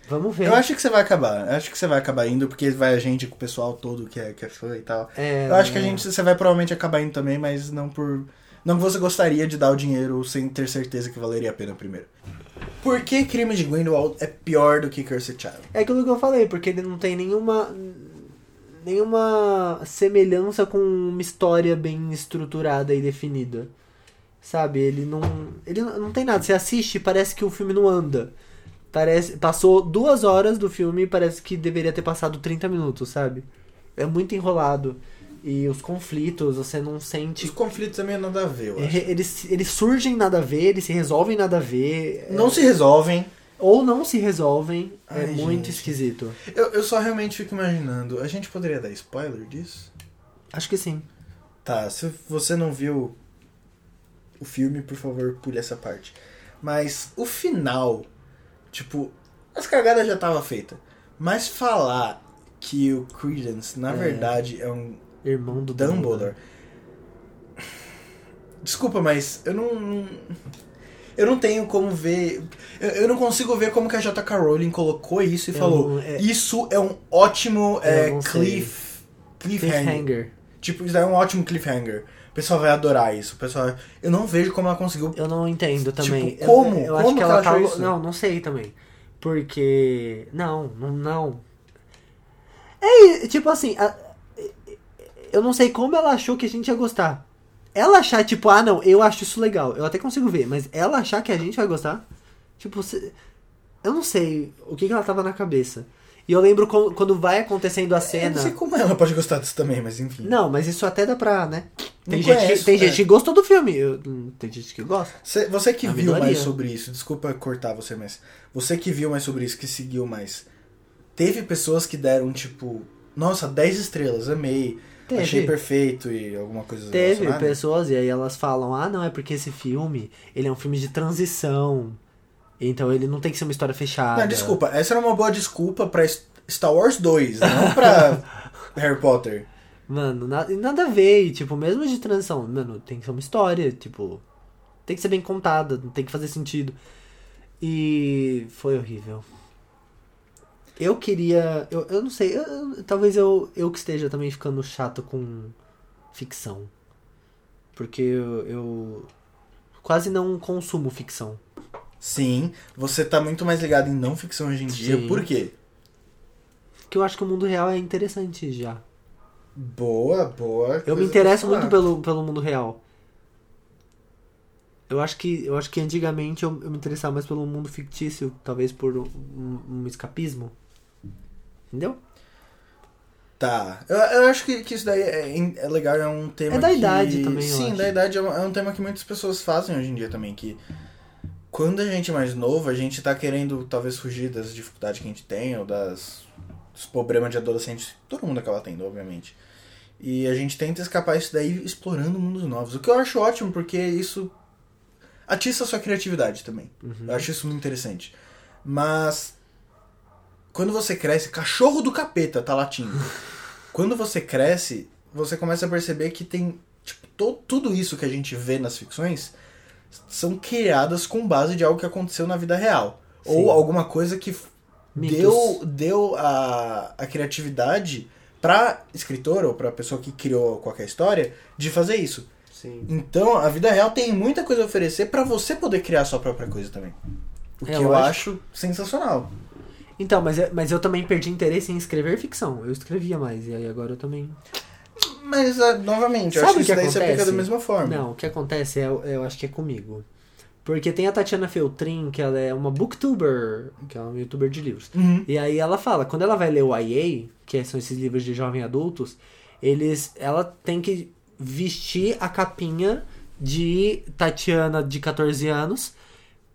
A: Vamos ver.
B: Eu acho que você vai acabar. Eu acho que você vai acabar indo, porque vai a gente com o pessoal todo que é, que é fã e tal.
A: É,
B: Eu acho que a
A: é.
B: gente, você vai provavelmente acabar indo também, mas não por. Não que você gostaria de dar o dinheiro sem ter certeza que valeria a pena primeiro. Por que Crime de Grindelwald é pior do que Cursed Child?
A: É aquilo que eu falei, porque ele não tem nenhuma... Nenhuma semelhança com uma história bem estruturada e definida. Sabe? Ele não... Ele não não tem nada. Você assiste e parece que o filme não anda. Parece, passou duas horas do filme e parece que deveria ter passado 30 minutos, sabe? É muito enrolado. E os conflitos, você não sente.
B: Os conflitos também é nada a ver, eu acho.
A: Re- Eles, eles surgem nada a ver, eles se resolvem nada a ver. é,
B: Não se resolvem.
A: Ou não se resolvem. é
B: Ai,
A: muito
B: gente.
A: esquisito.
B: Eu, eu só realmente fico imaginando. A gente poderia dar spoiler disso?
A: Acho que sim.
B: Tá, se você não viu o filme, por favor, pule essa parte. Mas o final, tipo, as cagadas já estavam feitas. Mas falar que o Credence, na
A: É.
B: verdade, é um
A: Irmão do
B: Dumbledore. Desculpa, mas eu não. não- Eu não tenho como ver. Eu, eu não consigo ver como que a J.K. Rowling colocou isso e
A: Eu
B: falou.
A: não- é-
B: Isso é um ótimo é,
A: não sei.
B: cliff, cliffhanger.
A: Cliffhanger.
B: Tipo, isso daí é um ótimo cliffhanger. O pessoal vai adorar isso. O pessoal. Eu não vejo como ela conseguiu.
A: Eu não entendo também.
B: Tipo,
A: Eu-
B: como?
A: Eu,
B: Como
A: acho que
B: que
A: ela,
B: ela
A: tá.
B: achou
A: lou-
B: isso?
A: Não, não sei também. Porque. Não, não. não. É, e, tipo assim. a- Eu não sei como ela achou que a gente ia gostar. Ela achar, tipo, ah, não, eu acho isso legal. Eu até consigo ver, mas ela achar que a gente vai gostar. Tipo, se- eu não sei o que, que ela tava na cabeça. E eu lembro co- quando vai acontecendo a
B: Eu não
A: cena.
B: sei como ela pode gostar disso também, mas enfim.
A: Não, mas isso até dá pra, né?
B: Não
A: Tem, gente, que,
B: conheço,
A: tem
B: é.
A: gente que gostou do filme. eu- hum, tem gente que gosta.
B: Você, você que
A: A
B: viu mais
A: minoria.
B: sobre isso, desculpa cortar você, mas você que viu mais sobre isso, que seguiu mais, teve pessoas que deram tipo, nossa, 10 estrelas, amei,
A: Teve.
B: achei perfeito e alguma coisa
A: Teve
B: relacionada?
A: pessoas, e aí elas falam, ah, não, é porque esse filme, ele é um filme de transição. Então ele não tem que ser uma história fechada.
B: Não, desculpa, essa era uma boa desculpa pra S- Star Wars 2, não pra Harry Potter.
A: Mano, nada, nada a ver. E, tipo, mesmo de transição, mano, tem que ser uma história, tipo. Tem que ser bem contada, tem que fazer sentido. E foi horrível. Eu queria. Eu, eu não sei, eu- eu- talvez eu, eu que esteja também ficando chato com ficção. Porque eu, eu quase não consumo ficção.
B: Sim, você tá muito mais ligado em não ficção hoje em dia,
A: Sim.
B: por quê?
A: Porque eu acho que o mundo real é interessante já.
B: Boa, boa.
A: Eu
B: coisa
A: me interesso
B: pra falar.
A: muito pelo, pelo mundo real. Eu acho que, eu acho que antigamente eu, eu me interessava mais pelo mundo fictício, talvez por um, um- um escapismo. Entendeu?
B: Tá. Eu, eu acho que, que isso daí é, é legal, é um tema
A: É da
B: que-
A: idade também, eu
B: Sim,
A: acho.
B: da idade é um, é um tema que muitas pessoas fazem hoje em dia também, que quando a gente é mais novo, a gente tá querendo talvez fugir das dificuldades que a gente tem, ou das, dos problemas de adolescente, todo mundo acaba tendo, obviamente. E a gente tenta escapar isso daí explorando mundos novos, o que eu acho ótimo, porque isso atiça a sua criatividade também.
A: Uhum.
B: Eu acho isso muito interessante. Mas quando você cresce, cachorro do capeta tá latindo. quando você cresce, você começa a perceber que tem tipo to- tudo isso que a gente vê nas ficções são criadas com base de algo que aconteceu na vida real
A: Sim.
B: ou alguma coisa que f-
A: Mitos.
B: deu deu a, a criatividade pra escritor ou pra pessoa que criou qualquer história de fazer isso.
A: Sim.
B: Então, a vida real tem muita coisa a oferecer pra você poder criar a sua própria coisa também. O que
A: É,
B: eu
A: lógico.
B: acho sensacional.
A: Então, mas, eu- mas eu também perdi interesse em escrever ficção. Eu escrevia mais, e aí agora eu também.
B: Mas, ah, novamente, eu
A: Sabe
B: acho
A: o
B: que
A: que
B: isso daí se aplica
A: acontece?
B: da mesma forma.
A: Não, o que acontece é, eu acho que é comigo. Porque tem a Tatiana Feltrin, que ela é uma booktuber, que é uma youtuber de livros.
B: Uhum.
A: E aí ela fala, quando ela vai ler o IA, que são esses livros de jovem adultos, eles, ela tem que vestir a capinha de Tatiana de 14 anos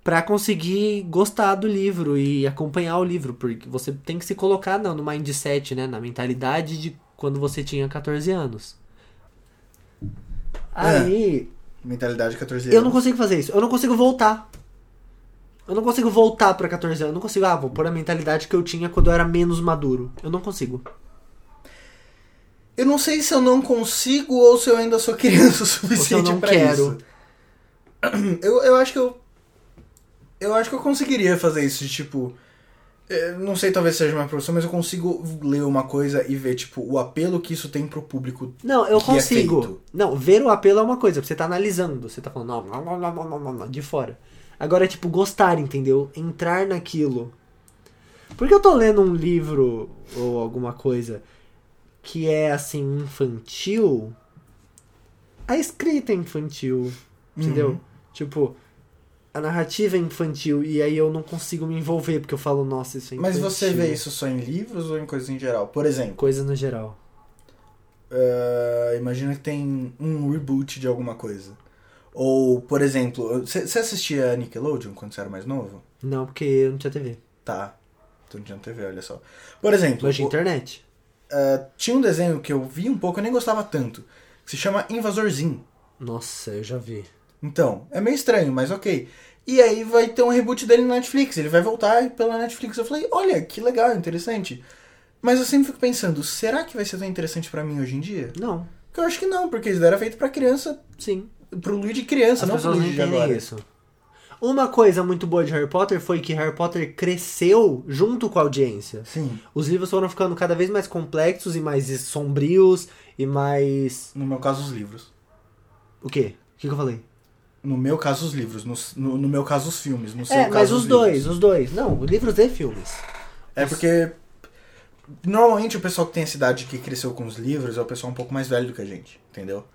A: pra conseguir gostar do livro e acompanhar o livro, porque você tem que se colocar no, no mindset, né, na mentalidade de quando você tinha 14 anos. Aí,
B: Mentalidade 14 anos.
A: eu não consigo fazer isso. Eu não consigo voltar. Eu não consigo voltar pra 14 anos. Eu não consigo, ah, vou pôr a mentalidade que eu tinha quando eu era menos maduro. Eu não consigo.
B: Eu não sei se eu não consigo ou se eu ainda sou criança o
A: Ou se eu
B: suficiente
A: não
B: pra
A: quero.
B: isso. Eu, eu acho que eu. Eu acho que eu conseguiria fazer isso de tipo. eh, Não sei, talvez seja uma profissão, mas eu consigo ler uma coisa e ver, tipo, o apelo que isso tem pro público.
A: Não, eu
B: Que é
A: consigo.
B: feito.
A: não, ver o apelo é uma coisa, você tá analisando, você tá falando, não, não, não, não, não, não, não, de fora. Agora é tipo gostar, entendeu? Entrar naquilo. Porque eu tô lendo um livro ou alguma coisa que é assim infantil, a escrita é infantil, entendeu?
B: Uhum.
A: Tipo, a narrativa é infantil e aí eu não consigo me envolver porque eu falo, nossa, isso é
B: Mas
A: infantil.
B: você vê isso só em livros ou em coisas em geral? Por exemplo,
A: Coisa no geral.
B: eh, imagina que tem um reboot de alguma coisa. Ou, por exemplo, você você assistia Nickelodeon quando você era mais novo?
A: Não, porque eu não tinha TV.
B: Tá. Então não tinha TV, olha só. Por exemplo,
A: Mas tinha
B: o-
A: é internet.
B: eh, tinha um desenho que eu vi um pouco, eu nem gostava tanto, que se chama Invasorzinho.
A: Nossa, eu já vi.
B: Então, é meio estranho, mas ok. E aí vai ter um reboot dele na Netflix. Ele vai voltar pela Netflix. Eu falei, olha, que legal, interessante. Mas eu sempre fico pensando, será que vai ser tão interessante pra mim hoje em dia?
A: Não,
B: Porque eu acho que não, porque isso era feito pra criança,
A: sim.
B: pro Luigi criança,
A: As
B: não pro
A: pessoas não
B: Luigi de
A: entendem
B: agora.
A: isso. Uma coisa muito boa de Harry Potter foi que Harry Potter cresceu junto com a audiência.
B: Sim,
A: Os livros foram ficando cada vez mais complexos e mais sombrios e mais.
B: no meu caso os livros.
A: O quê? O que, que eu falei?
B: No meu caso os livros, Nos- no, no meu caso os filmes, no seu
A: É,
B: caso
A: mas os
B: livros.
A: dois, os dois. Não, livros e filmes.
B: É porque normalmente o pessoal que tem a cidade que cresceu com os livros é o pessoal um pouco mais velho do que a gente, entendeu?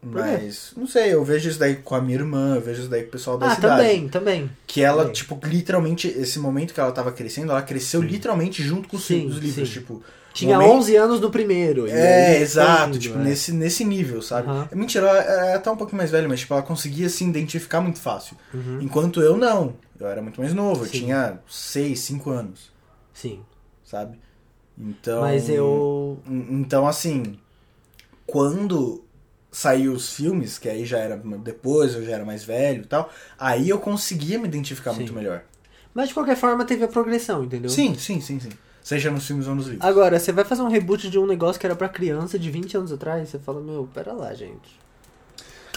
A: quê?
B: Mas, não sei, eu vejo isso daí com a minha irmã, eu vejo isso daí com o pessoal da
A: Ah,
B: cidade.
A: também, também.
B: Que ela,
A: Também.
B: tipo, literalmente, esse momento que ela tava crescendo, ela cresceu literalmente junto com os
A: Sim,
B: os livros,
A: sim.
B: tipo.
A: Tinha
B: momento-
A: 11 anos no primeiro. e aí
B: É,
A: foi
B: exato,
A: indo,
B: tipo,
A: é.
B: nesse, nesse nível, sabe?
A: Aham.
B: Mentira, ela, ela é até um pouquinho mais velha, mas tipo, ela conseguia se identificar muito fácil.
A: Uhum.
B: Enquanto eu não. Eu era muito mais novo, eu
A: Sim.
B: tinha 6, 5 anos,
A: Sim.
B: sabe? Então.
A: Mas eu.
B: En- Então, assim, quando saiu os filmes, que aí já era depois, eu já era mais velho e tal, aí eu conseguia me identificar
A: Sim.
B: muito melhor.
A: Mas de qualquer forma teve a progressão, entendeu?
B: Sim, sim, sim, sim. Seja nos filmes ou nos livros.
A: Agora, você vai fazer um reboot de um negócio que era pra criança de 20 anos atrás, você fala, meu, pera lá, gente.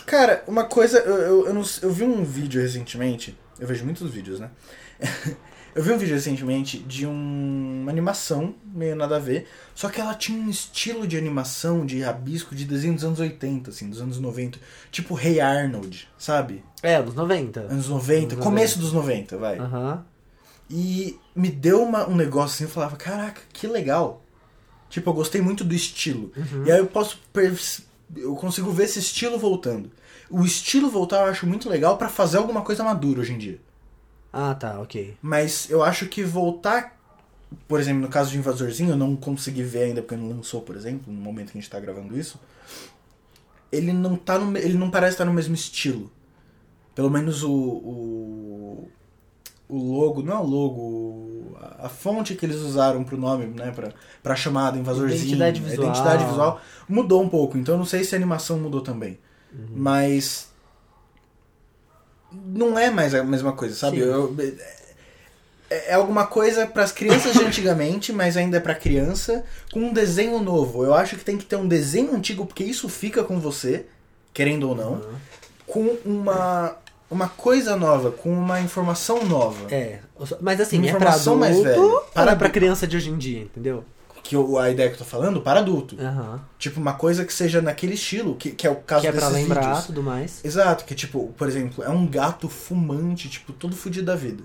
B: Cara, uma coisa, eu, eu, eu, não s- eu vi um vídeo recentemente, eu vejo muitos vídeos, né? eu vi um vídeo recentemente de um- uma animação, meio nada a ver, só que ela tinha um estilo de animação, de rabisco, de desenho dos anos 80, assim, dos anos 90, tipo Rei Arnold, sabe?
A: É, anos 90.
B: Anos 90,
A: Anos
B: começo dos 90, vai.
A: Aham.
B: E me deu uma- um negócio assim, eu falava, caraca, que legal. Tipo, eu gostei muito do estilo. E aí eu posso. perce- Eu consigo ver esse estilo voltando. O estilo voltar eu acho muito legal pra fazer alguma coisa madura hoje em dia.
A: Ah, tá, ok.
B: Mas eu acho que voltar. Por exemplo, no caso de Invasorzinho, eu não consegui ver ainda porque não lançou, por exemplo, no momento que a gente tá gravando isso. Ele não tá no, me- ele não parece estar no mesmo estilo. Pelo menos o, o o logo, não é o logo, a, a fonte que eles usaram pro nome, né, pra, pra chamada Invasorzinho,
A: Identidade visual.
B: identidade visual mudou um pouco. Então eu não sei se a animação mudou também. Mas não é mais a mesma coisa, sabe?
A: Sim.
B: Eu- é é alguma coisa para as crianças de antigamente, mas ainda é para criança, com um desenho novo. Eu acho que tem que ter um desenho antigo, porque isso fica com você, querendo ou não,
A: Uhum.
B: com uma, uma coisa nova, com uma informação nova.
A: É, mas assim, é pra
B: Informação
A: adulto
B: mais velha.
A: para
B: Para
A: ou é pra
B: adulto.
A: criança de hoje em dia, entendeu?
B: Que eu- a ideia que eu tô falando, para adulto.
A: Aham.
B: Tipo, uma coisa que seja naquele estilo, que, que é o caso
A: Que é pra
B: desses
A: lembrar
B: vídeos.
A: tudo mais.
B: Exato, que tipo, por exemplo, é um gato fumante, tipo, todo fudido da vida.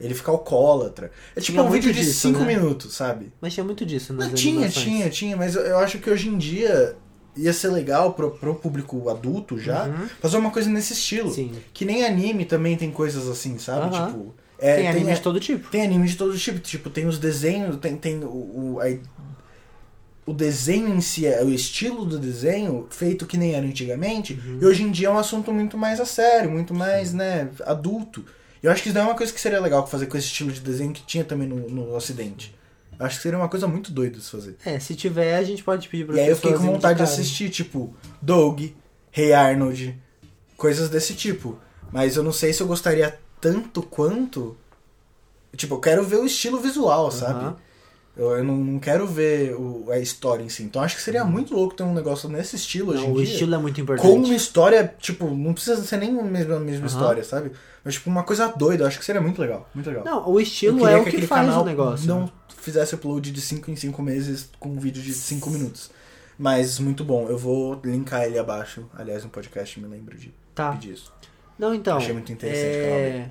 B: Ele fica alcoólatra. É tipo
A: Tinha
B: um
A: muito
B: vídeo de
A: disso,
B: 5
A: né?
B: minutos, sabe?
A: Mas tinha muito disso nas
B: Não, tinha,
A: animações.
B: tinha, tinha, mas eu, eu acho que hoje em dia ia ser legal pro, pro público adulto já
A: Uhum.
B: fazer uma coisa nesse estilo.
A: Sim.
B: Que nem anime também tem coisas assim, sabe?
A: Aham.
B: Tipo. É,
A: tem anime
B: é-
A: de todo tipo.
B: tem anime de todo tipo, tipo, tem os desenhos, tem, tem o, o, a- o desenho em si, é, o estilo do desenho, feito que nem era antigamente, e hoje em dia é um assunto muito mais a sério, muito mais, né, adulto. Eu acho que isso daí é uma coisa que seria legal fazer com esse estilo de desenho que tinha também no, no Ocidente. Eu acho que seria uma coisa muito doida de se fazer.
A: É, se tiver, a gente pode pedir pra
B: E aí eu fiquei com
A: pessoas
B: vontade de
A: indicarem.
B: assistir, tipo, Doug, Rei Arnold, coisas desse tipo. Mas eu não sei se eu gostaria tanto quanto. Tipo, eu quero ver o estilo visual,
A: Aham.
B: sabe? Eu, eu não, não quero ver o- a história em si. Então acho que seria
A: Uhum.
B: muito louco ter um negócio nesse estilo hoje
A: Não,
B: em
A: o
B: dia.
A: estilo é muito importante.
B: Com uma história, tipo, não precisa ser nem a mesma, a
A: Aham.
B: mesma história, sabe? Mas, tipo, uma coisa doida, eu acho que seria muito legal. Muito legal.
A: Não, o
B: Eu
A: estilo
B: queria
A: é o
B: que
A: que,
B: aquele
A: faz
B: canal
A: o negócio. né?
B: não fizesse upload de 5 em 5 meses com um vídeo de 5 minutos. Mas muito bom. Eu vou linkar ele abaixo. Aliás, no podcast me lembro de
A: Tá.
B: pedir isso.
A: Não, então.
B: Achei muito interessante o canal
A: é...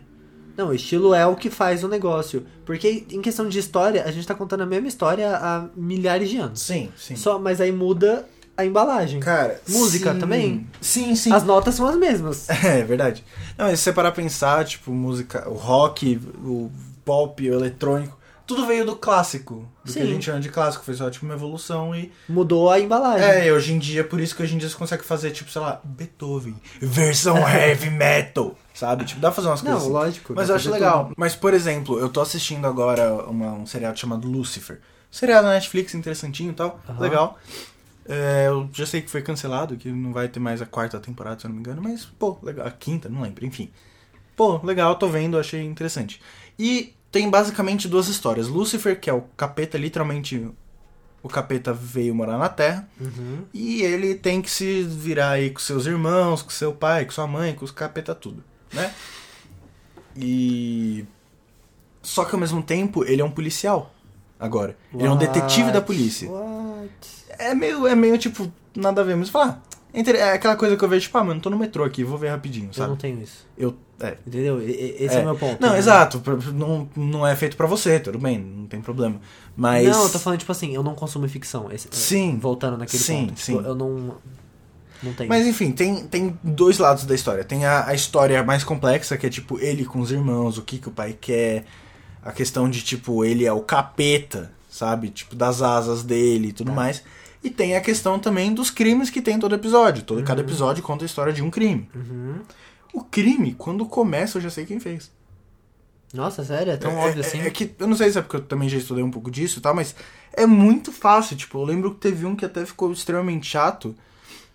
A: Não, o estilo é o que faz o negócio. Porque em questão de história, a gente tá contando a mesma história há milhares de anos.
B: Sim, sim.
A: Só, mas aí muda a embalagem.
B: Cara,
A: Música
B: sim.
A: também?
B: Sim, sim.
A: As notas são as mesmas.
B: É, é verdade. Não, mas se você parar pra pensar, tipo, música, o rock, o pop, o eletrônico, Tudo veio do clássico. Do que a
A: Sim.
B: gente chama de clássico. Foi só tipo uma evolução e.
A: Mudou a embalagem.
B: É, e hoje em dia, por isso que hoje em dia você consegue fazer, tipo, sei lá, Beethoven. Versão heavy metal. Sabe? Tipo, dá pra fazer umas
A: É. Não,
B: coisas. assim.
A: lógico.
B: Mas
A: dá pra
B: eu acho
A: ver
B: legal.
A: tudo.
B: Mas, por exemplo, eu tô assistindo agora uma- um seriado chamado Lucifer. Seriado na Netflix, interessantinho e tal.
A: Aham.
B: Legal. É, eu já sei que foi cancelado, que não vai ter mais a quarta temporada, se eu não me engano. Mas, pô, legal. A quinta, não lembro, enfim. Pô, legal, tô vendo, achei interessante. E tem basicamente duas histórias. Lucifer, que é o capeta, literalmente... O capeta veio morar na Terra.
A: Uhum.
B: E ele tem que se virar aí com seus irmãos, com seu pai, com sua mãe, com os capeta tudo, né? E só que ao mesmo tempo ele é um policial agora. Ele é um detetive da
A: What?
B: polícia.
A: What?
B: É meio é meio tipo nada a ver, mas falar. É aquela coisa que eu vejo, tipo, ah, mano, tô no metrô aqui, vou ver rapidinho,
A: Eu não
B: sabe?
A: tenho isso.
B: Eu, é.
A: Entendeu? E- e- Esse é,
B: É.
A: o meu ponto.
B: Não,
A: né?
B: exato, pra- não, não é feito pra você, tudo bem, não tem problema. Mas
A: Não, eu tô falando, tipo assim, eu não consumo ficção. Esse- é,
B: Sim.
A: Voltando naquele
B: Sim,
A: ponto. Tipo,
B: sim.
A: eu não. Não tenho.
B: Mas enfim, tem, tem dois lados da história. Tem a, a história mais complexa, que é tipo ele com os irmãos, o que, que o pai quer, a questão de tipo ele é o capeta, sabe? Tipo das asas dele e tudo
A: Tá.
B: mais. E tem a questão também dos crimes que tem em todo episódio. Todo, Cada episódio conta a história de um crime.
A: Uhum.
B: O crime, quando começa, eu já sei quem fez.
A: Nossa, sério? É tão
B: É-
A: óbvio
B: é-
A: assim?
B: É, que eu não sei se é porque eu também já estudei um pouco disso e tal, mas é muito fácil. Tipo, eu lembro que teve um que até ficou extremamente chato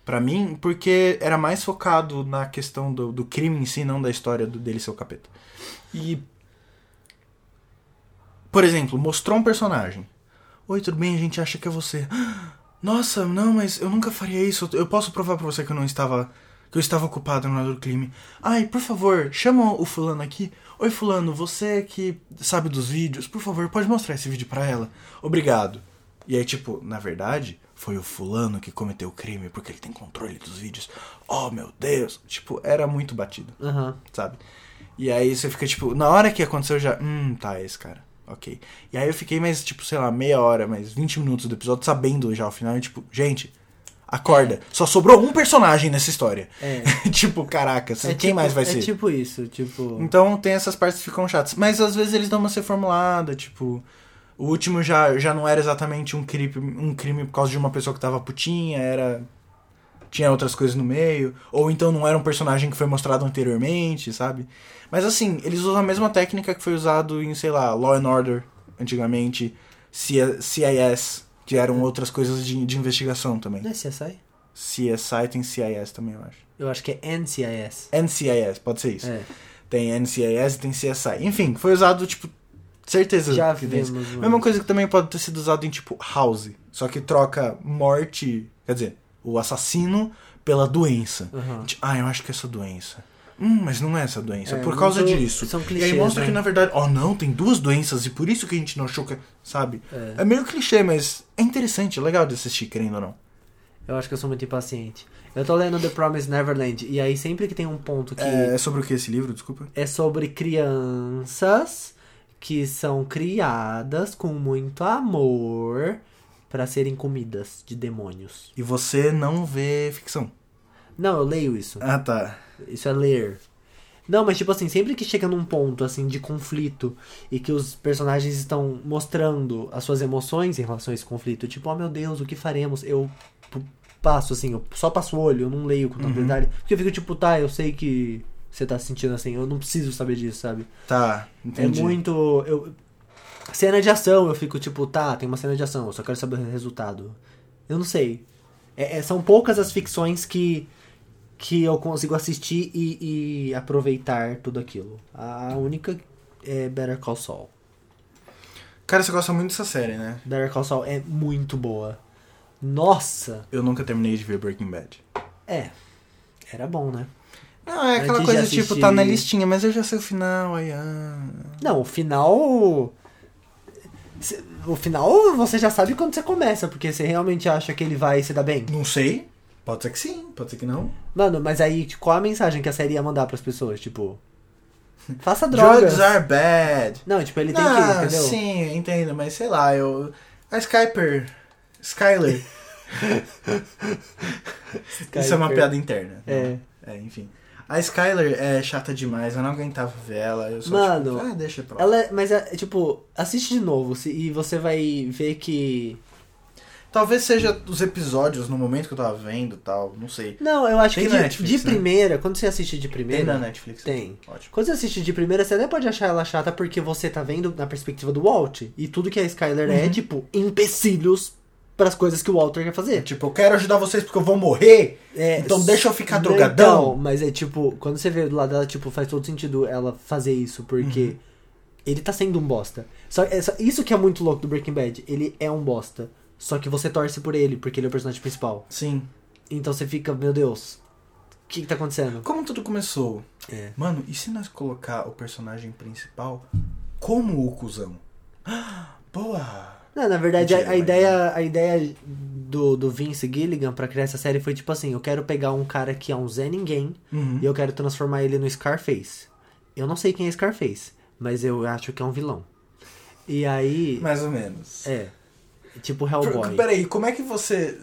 B: pra mim, porque era mais focado na questão do, do crime em si, não da história do- dele ser o capeta. E. Por exemplo, mostrou um personagem. Oi, tudo bem? A gente acha que é você. Nossa, não, mas eu nunca faria isso. Eu posso provar pra você que eu não estava. que eu estava ocupado no lado do crime. Ai, por favor, chama o fulano aqui. Oi, fulano, você que sabe dos vídeos, por favor, pode mostrar esse vídeo pra ela. Obrigado. E aí, tipo, na verdade, foi o fulano que cometeu o crime porque ele tem controle dos vídeos. Oh, meu Deus. Tipo, era muito batido
A: Aham.
B: sabe? E aí você fica, tipo, na hora que aconteceu já, hum, tá, esse cara, ok. E aí eu fiquei mais, tipo, sei lá, meia hora, mais 20 minutos do episódio sabendo já o final, e tipo, gente, acorda, só sobrou um personagem nessa história.
A: É.
B: tipo, caraca,
A: É
B: quem mais vai
A: é
B: ser?
A: tipo isso, tipo.
B: Então tem essas partes que ficam chatas. Mas às vezes eles dão uma reformulada, tipo. O último já, já não era exatamente um crime, um crime por causa de uma pessoa que tava putinha, era. Tinha outras coisas no meio. Ou então não era um personagem que foi mostrado anteriormente, sabe? Mas assim, eles usam a mesma técnica que foi usado em, sei lá, Law and Order, antigamente, C- CIS, que eram outras coisas de, de investigação também.
A: Não é CSI?
B: CSI tem CIS também, eu acho.
A: Eu acho que é NCIS.
B: NCIS, pode ser isso.
A: É.
B: Tem NCIS e tem CSI. Enfim, foi usado, tipo, certeza
A: Já
B: que tem isso.
A: vimos.
B: Mesma coisa que também pode ter sido usado em, tipo, House. Só que troca morte, quer dizer, o assassino pela doença.
A: Aham.
B: Tipo, Ah, eu acho que é essa doença. Hum, mas não é essa doença,
A: É,
B: por causa
A: muito-
B: disso.
A: são
B: e
A: clichês,
B: aí mostra
A: né?
B: que, na verdade, ó, não, tem duas doenças e por isso que a gente não achou que... Sabe?
A: É.
B: É meio clichê, mas é interessante, é legal de assistir, querendo ou não.
A: Eu acho que eu sou muito impaciente. Eu tô lendo The Promised Neverland, e aí sempre que tem um ponto que
B: É, é sobre o que esse livro, desculpa?
A: é sobre crianças que são criadas com muito amor pra serem comidas de demônios.
B: E você não vê ficção.
A: Não, eu leio isso.
B: Ah, tá.
A: Isso é ler. Não, mas tipo assim, sempre que chega num ponto assim de conflito e que os personagens estão mostrando as suas emoções em relação a esse conflito, tipo, oh meu Deus, o que faremos? Eu p- passo assim, eu só passo o olho, eu não leio com tanta
B: Uhum.
A: detalhe. Porque eu fico tipo, tá, eu sei que você tá se sentindo assim, eu não preciso saber disso, sabe?
B: Tá, entendi.
A: É muito. Eu, cena de ação, eu fico tipo, tá, tem uma cena de ação, eu só quero saber o resultado. Eu não sei. É- é- são poucas as ficções que, que eu consigo assistir e, e aproveitar tudo aquilo. A única é Better Call Saul.
B: Cara, você gosta muito dessa série, né?
A: Better Call Saul é muito boa. Nossa!
B: Eu nunca terminei de ver Breaking Bad.
A: É. Era bom, né?
B: Não, é
A: Antes
B: aquela
A: de
B: coisa
A: assistir-
B: tipo, tá na listinha, mas eu já sei o final, aí. Ah.
A: Não, o final. cê- O final você já sabe quando você começa, porque você realmente acha que ele vai se dar bem.
B: Não sei. Pode ser que sim, pode ser que não.
A: Mano, mas aí tipo, qual a mensagem que a série ia mandar pras pessoas? Tipo, faça drogas.
B: Drugs are bad.
A: Não, tipo, ele tem que,
B: ah,
A: entendeu?
B: sim, entendo, mas sei lá, eu. A Skyper. Skyler.
A: Skype.
B: Isso é uma piada interna.
A: É.
B: É, enfim. A Skyler é chata demais, eu não aguentava ver ela. Eu só,
A: Mano,
B: tipo, ah, deixa pra lá.
A: Ela, mas, é, tipo, assiste de novo se- e você vai ver que... é-
B: Talvez seja os episódios no momento que eu tava vendo e tal, não sei.
A: Não, eu acho
B: Tem
A: que
B: na
A: de,
B: Netflix,
A: de
B: né?
A: primeira, quando você assiste de
B: Tem na
A: primeira...
B: Netflix?
A: Tem.
B: Ótimo.
A: Quando você assiste de primeira, você até pode achar ela chata porque você tá vendo na perspectiva do Walt. E tudo que a Skyler
B: Uhum.
A: é, tipo, empecilhos pras coisas que o Walter quer fazer.
B: Tipo, eu quero ajudar vocês porque eu vou morrer.
A: É,
B: Então deixa eu ficar
A: Não,
B: drogadão.
A: Então, mas é tipo, quando você vê do lado dela, tipo, faz todo sentido ela fazer isso, porque
B: Uhum.
A: ele tá sendo um bosta. Só, é só- isso que é muito louco do Breaking Bad, ele é um bosta. Só que você torce por ele, porque ele é o personagem principal.
B: Sim.
A: Então você fica, meu Deus, o que, que tá acontecendo?
B: Como tudo começou?
A: É.
B: Mano, e se nós colocar o personagem principal como o cuzão? Ah, Boa!
A: Não, na verdade, a, a
B: Mentira, mas- é.
A: ideia, a ideia do, do Vince Gilligan pra criar essa série foi tipo assim, eu quero pegar um cara que é um Zé Ninguém
B: Uhum.
A: e eu quero transformar ele no Scarface. Eu não sei quem é Scarface, mas eu acho que é um vilão. E aí...
B: Mais ou menos.
A: É. Tipo
B: Por,
A: Hellboy.
B: peraí, como é que você.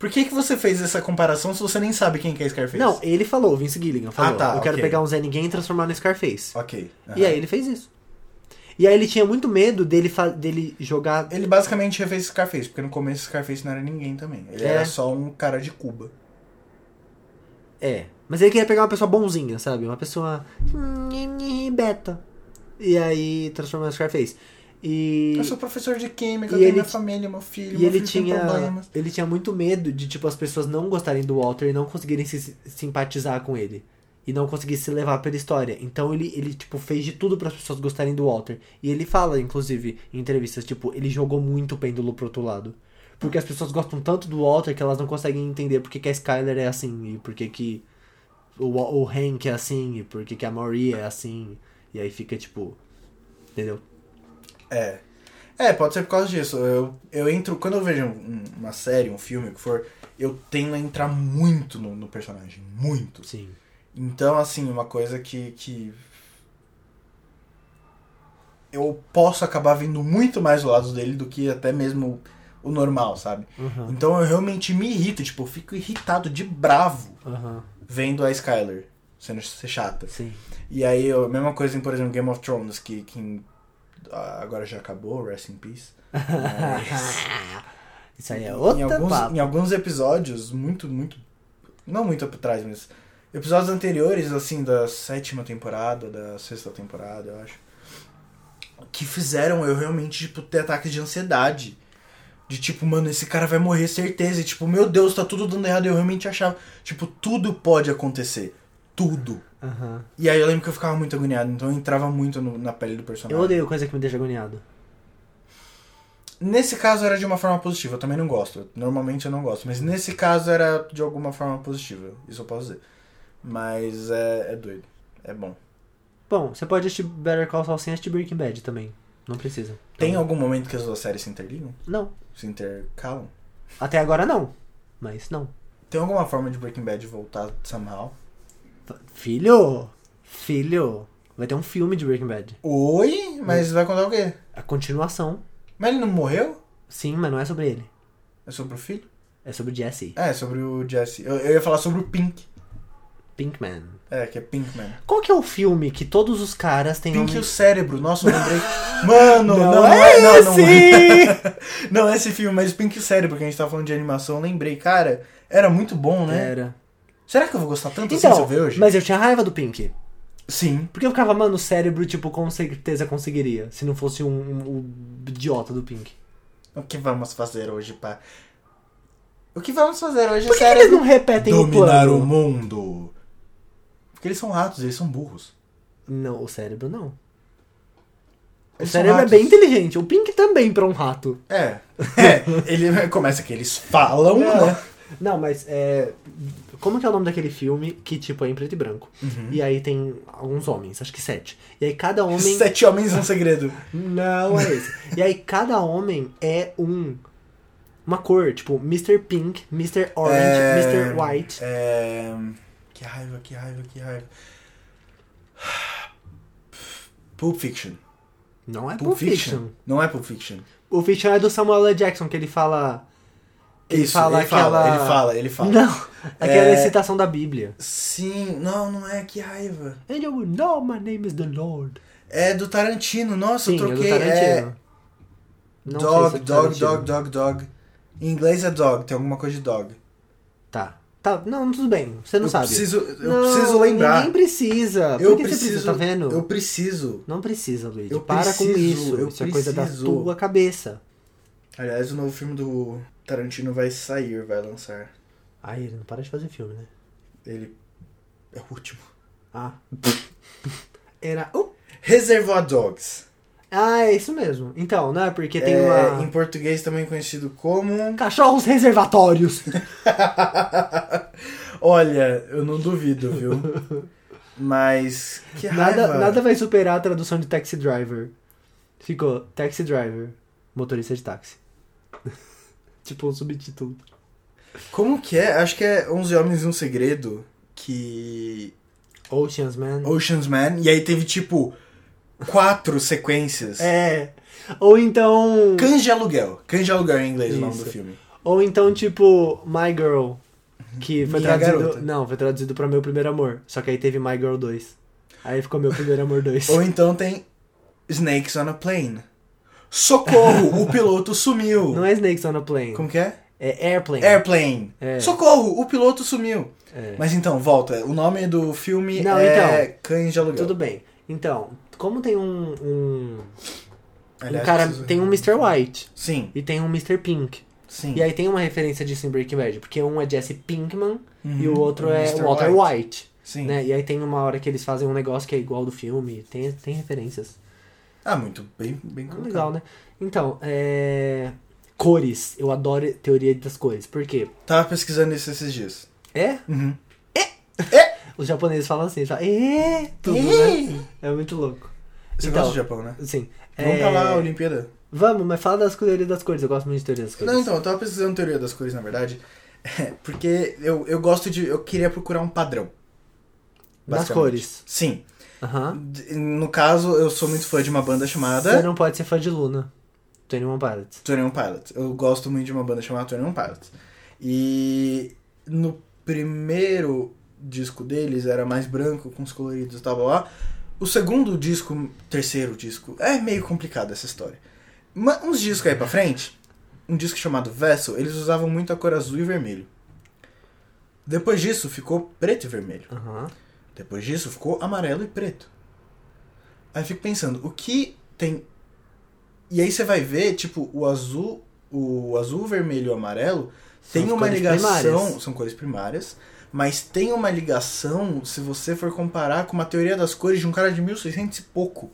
B: Por que, que você fez essa comparação se você nem sabe quem que é Scarface?
A: Não, ele falou, o Vince Gilligan falou.
B: Ah, tá,
A: eu quero
B: ok.
A: pegar um Zé Ninguém e transformar no Scarface.
B: Ok. aham.
A: E aí ele fez isso. E aí ele tinha muito medo dele, fa- dele jogar.
B: Ele basicamente refez Scarface, porque no começo Scarface não era ninguém também. Ele
A: É.
B: era só um cara de Cuba.
A: É. Mas ele queria pegar uma pessoa bonzinha, sabe? Uma pessoa. hum, Beta. E aí transformar no Scarface. E.
B: Eu sou professor de química,
A: e
B: eu tenho
A: ele-
B: minha família, meu filho,
A: E
B: meu
A: ele
B: filho tem
A: tinha,
B: problemas.
A: ele tinha muito medo de, tipo, as pessoas não gostarem do Walter e não conseguirem se simpatizar com ele. E não conseguir se levar pela história. Então ele, ele tipo, fez de tudo para as pessoas gostarem do Walter. E ele fala, inclusive, em entrevistas, tipo, ele jogou muito o pêndulo pro outro lado. Porque as pessoas gostam tanto do Walter que elas não conseguem entender porque que a Skyler é assim, e porque que o, Wa- o Hank é assim, e porque que a Maria é assim. E aí fica, tipo... Entendeu?
B: É. É, pode ser por causa disso. Eu, eu entro. Quando eu vejo um- uma série, um filme, o que for, eu tendo a entrar muito no, no personagem. Muito.
A: Sim.
B: Então, assim, uma coisa que, que. Eu posso acabar vendo muito mais do lado dele do que até mesmo o normal, sabe?
A: Aham.
B: Então eu realmente me irrito, tipo, eu fico irritado de bravo
A: Aham.
B: vendo a Skyler sendo ser chata.
A: Sim.
B: E aí, eu- a mesma coisa em, por exemplo, Game of Thrones, que, que em- ah, agora já acabou, Rest in Peace. Mas,
A: É Isso aí é outra
B: em, alguns,
A: papo.
B: em alguns episódios, muito, muito. Não muito pra trás, mas. Episódios anteriores, assim, da sétima temporada, da sexta temporada, eu acho. Que fizeram eu realmente, tipo, ter ataques de ansiedade. De tipo, mano, esse cara vai morrer, certeza. E tipo, meu Deus, tá tudo dando errado. Eu realmente achava, tipo, tudo pode acontecer. Tudo.
A: Aham.
B: E aí eu lembro que eu ficava muito agoniado, então eu entrava muito no- na pele do
A: Eu
B: personagem.
A: odeio coisa que me deixa agoniado.
B: Nesse caso era de uma forma positiva, eu também não gosto. Normalmente eu não gosto, mas nesse caso era de alguma forma positiva, isso eu posso dizer. Mas é, é doido, é bom.
A: Bom, você pode assistir Better Call Saul sem assistir Breaking Bad também. Não precisa.
B: Tem algum momento que as duas séries se interligam?
A: Não.
B: Se intercalam?
A: Até agora não. Mas não.
B: Tem alguma forma de Breaking Bad voltar somehow?
A: F- Filho! Filho! Vai ter um filme de Breaking Bad.
B: Oi? Mas vai contar o quê?
A: A continuação.
B: Mas ele não morreu?
A: Sim, mas não é sobre ele.
B: É sobre o filho?
A: É sobre o Jesse.
B: É, é sobre o Jesse. Eu, eu ia falar sobre o Pink.
A: Pinkman.
B: É, que é Pinkman.
A: Qual que é o filme que todos os caras têm
B: Pink e
A: nome...
B: o cérebro. Nossa, eu lembrei. Mano, não, é, não, não é.
A: esse!
B: Não é esse filme, mas Pink e o Cérebro, que a gente tava falando de animação, eu lembrei, cara, era muito bom, né?
A: Era.
B: Será que eu vou gostar tanto assim se eu
A: É. Então,
B: ver hoje?
A: mas eu tinha raiva do Pink.
B: Sim.
A: Porque eu ficava, mano, o cérebro, tipo, com certeza conseguiria. Se não fosse um, um- um idiota do Pink.
B: O que vamos fazer hoje, pá? O que vamos fazer hoje,
A: Por que, que
B: cérebro?
A: eles não repetem o
B: Dominar
A: plano?
B: o mundo. Porque eles são ratos, eles são burros.
A: Não, o cérebro não. O
B: Eles são
A: cérebro é
B: ratos.
A: bem inteligente. O Pink também pra um rato.
B: É. é. Ele começa que eles falam, né?
A: Não, mas é. Como que é o nome daquele filme que, tipo, é em preto e branco?
B: Uhum.
A: E aí tem alguns homens, acho que sete. E aí cada homem.
B: Sete homens e um segredo.
A: Não é esse. e aí cada homem é um. Uma cor, tipo, Mr. Pink, Mr. Orange,
B: É,
A: Mr. White.
B: É... Que raiva, que raiva, que raiva. Pulp Fiction.
A: Não é
B: Pulp
A: Pulp
B: Fiction.
A: Fiction.
B: Não é Pulp Fiction.
A: O Fiction é do Samuel L. Jackson, que ele fala. Ele
B: Isso,
A: fala
B: ele fala,
A: aquela-
B: ele fala, ele fala.
A: Não, aquela
B: É.
A: citação da Bíblia.
B: Sim, não, não é, que raiva.
A: And you will know my name is the Lord.
B: É do Tarantino, nossa,
A: Sim,
B: eu
A: é do
B: troquei.
A: Tarantino. Não sei se
B: dog,
A: é do
B: dog,
A: Tarantino.
B: dog, dog, dog. Em inglês é dog, tem alguma coisa de dog.
A: Tá. Tá, não, tudo bem, você não
B: eu
A: sabe.
B: preciso, eu
A: Não,
B: preciso lembrar.
A: Ninguém precisa. Por
B: eu
A: que
B: preciso,
A: você precisa, tá vendo?
B: Eu preciso.
A: Não precisa, Luigi.
B: Eu
A: Para com
B: preciso,
A: isso.
B: eu
A: isso é coisa da
B: preciso.
A: tua cabeça.
B: Aliás, o novo filme do Tarantino vai sair, vai lançar.
A: Ai, ele não para de fazer filme, né?
B: Ele é o último.
A: Ah. Era. Uh!
B: Reservoir Dogs.
A: Ah, é isso mesmo. Então, né? Porque tem
B: É,
A: uma.
B: Em português também conhecido como.
A: Cachorros reservatórios.
B: Olha, eu não duvido, viu? Mas. Que
A: nada,
B: raiva.
A: nada vai superar a tradução de taxi driver. Ficou taxi driver, motorista de táxi. tipo um subtítulo.
B: Como que é? Acho que é 11 Homens e um Segredo. Que.
A: Oceans Man.
B: Ocean's Man. E aí teve tipo. Quatro sequências.
A: É. Ou então.
B: Cães de Aluguel. Cães de Aluguel em inglês é o nome
A: Isso.
B: do filme.
A: Ou então, tipo, My Girl. Que foi
B: Minha
A: traduzido.
B: Garota.
A: Não, foi traduzido pra Meu Primeiro Amor. Só que aí teve My Girl 2. Aí ficou Meu Primeiro Amor 2.
B: Ou então tem. Snakes on a Plane. Socorro! o piloto sumiu.
A: Não é Snakes on a Plane.
B: então, Como que é?
A: É Airplane.
B: Airplane.
A: É.
B: Socorro! O piloto sumiu.
A: É.
B: Mas então, volta. O nome do filme
A: Não, então,
B: é Cães de Aluguel.
A: Tudo bem. Então, como tem um. Um, um
B: Aliás,
A: cara.
B: preciso-
A: Tem um Mr. White
B: Sim,
A: e tem um Mr. Pink.
B: sim.
A: E aí tem uma referência disso em Breaking Bad, porque um é Jesse Pinkman
B: Uhum,
A: e o outro é
B: Mr.
A: Walter White.
B: Sim.
A: né? E aí tem uma hora que eles fazem um negócio que é igual do filme. Tem, tem referências.
B: Ah, muito bem, bem colocado.
A: Legal, né? Então, é. Cores. Eu adoro teoria das cores. Por quê?
B: Tava pesquisando isso esses dias.
A: É?
B: Uhum.
A: Os japoneses falam assim, eles falam, "É", tudo, né? É muito louco.
B: Você
A: Então,
B: gosta do Japão, né?
A: Sim.
B: Vamos
A: é,
B: pra lá, Olimpíada.
A: Vamos, mas fala das teorias das cores. Eu gosto muito de teoria das cores.
B: Não, então, eu tava pesquisando teoria das cores, na verdade. Porque eu, eu gosto de. Eu queria procurar um padrão.
A: das
B: basicamente.
A: cores.
B: Sim.
A: Aham.
B: D- No caso, eu sou muito fã de uma banda
A: Você
B: chamada
A: não pode ser fã de Luna. Tem nenhuma parte.
B: Twenty One Pilots. Eu gosto muito de uma banda chamada Twenty One Pilots. E no primeiro disco deles era mais branco, com os coloridos e tal, blá, blá. O segundo disco, terceiro disco, é meio complicado essa história. Mas uns discos aí pra frente, um disco chamado Vessel, eles usavam muito a cor azul e vermelho. Depois disso ficou preto e vermelho.
A: Aham.
B: Depois disso ficou amarelo e preto. Aí eu fico pensando, o que tem. E aí você vai ver, tipo, o azul, o azul, o vermelho e o amarelo
A: São
B: tem
A: as
B: uma
A: cores
B: ligação.
A: primárias.
B: São cores primárias, mas tem uma ligação se você for comparar com uma teoria das cores de um cara de 1600 e pouco.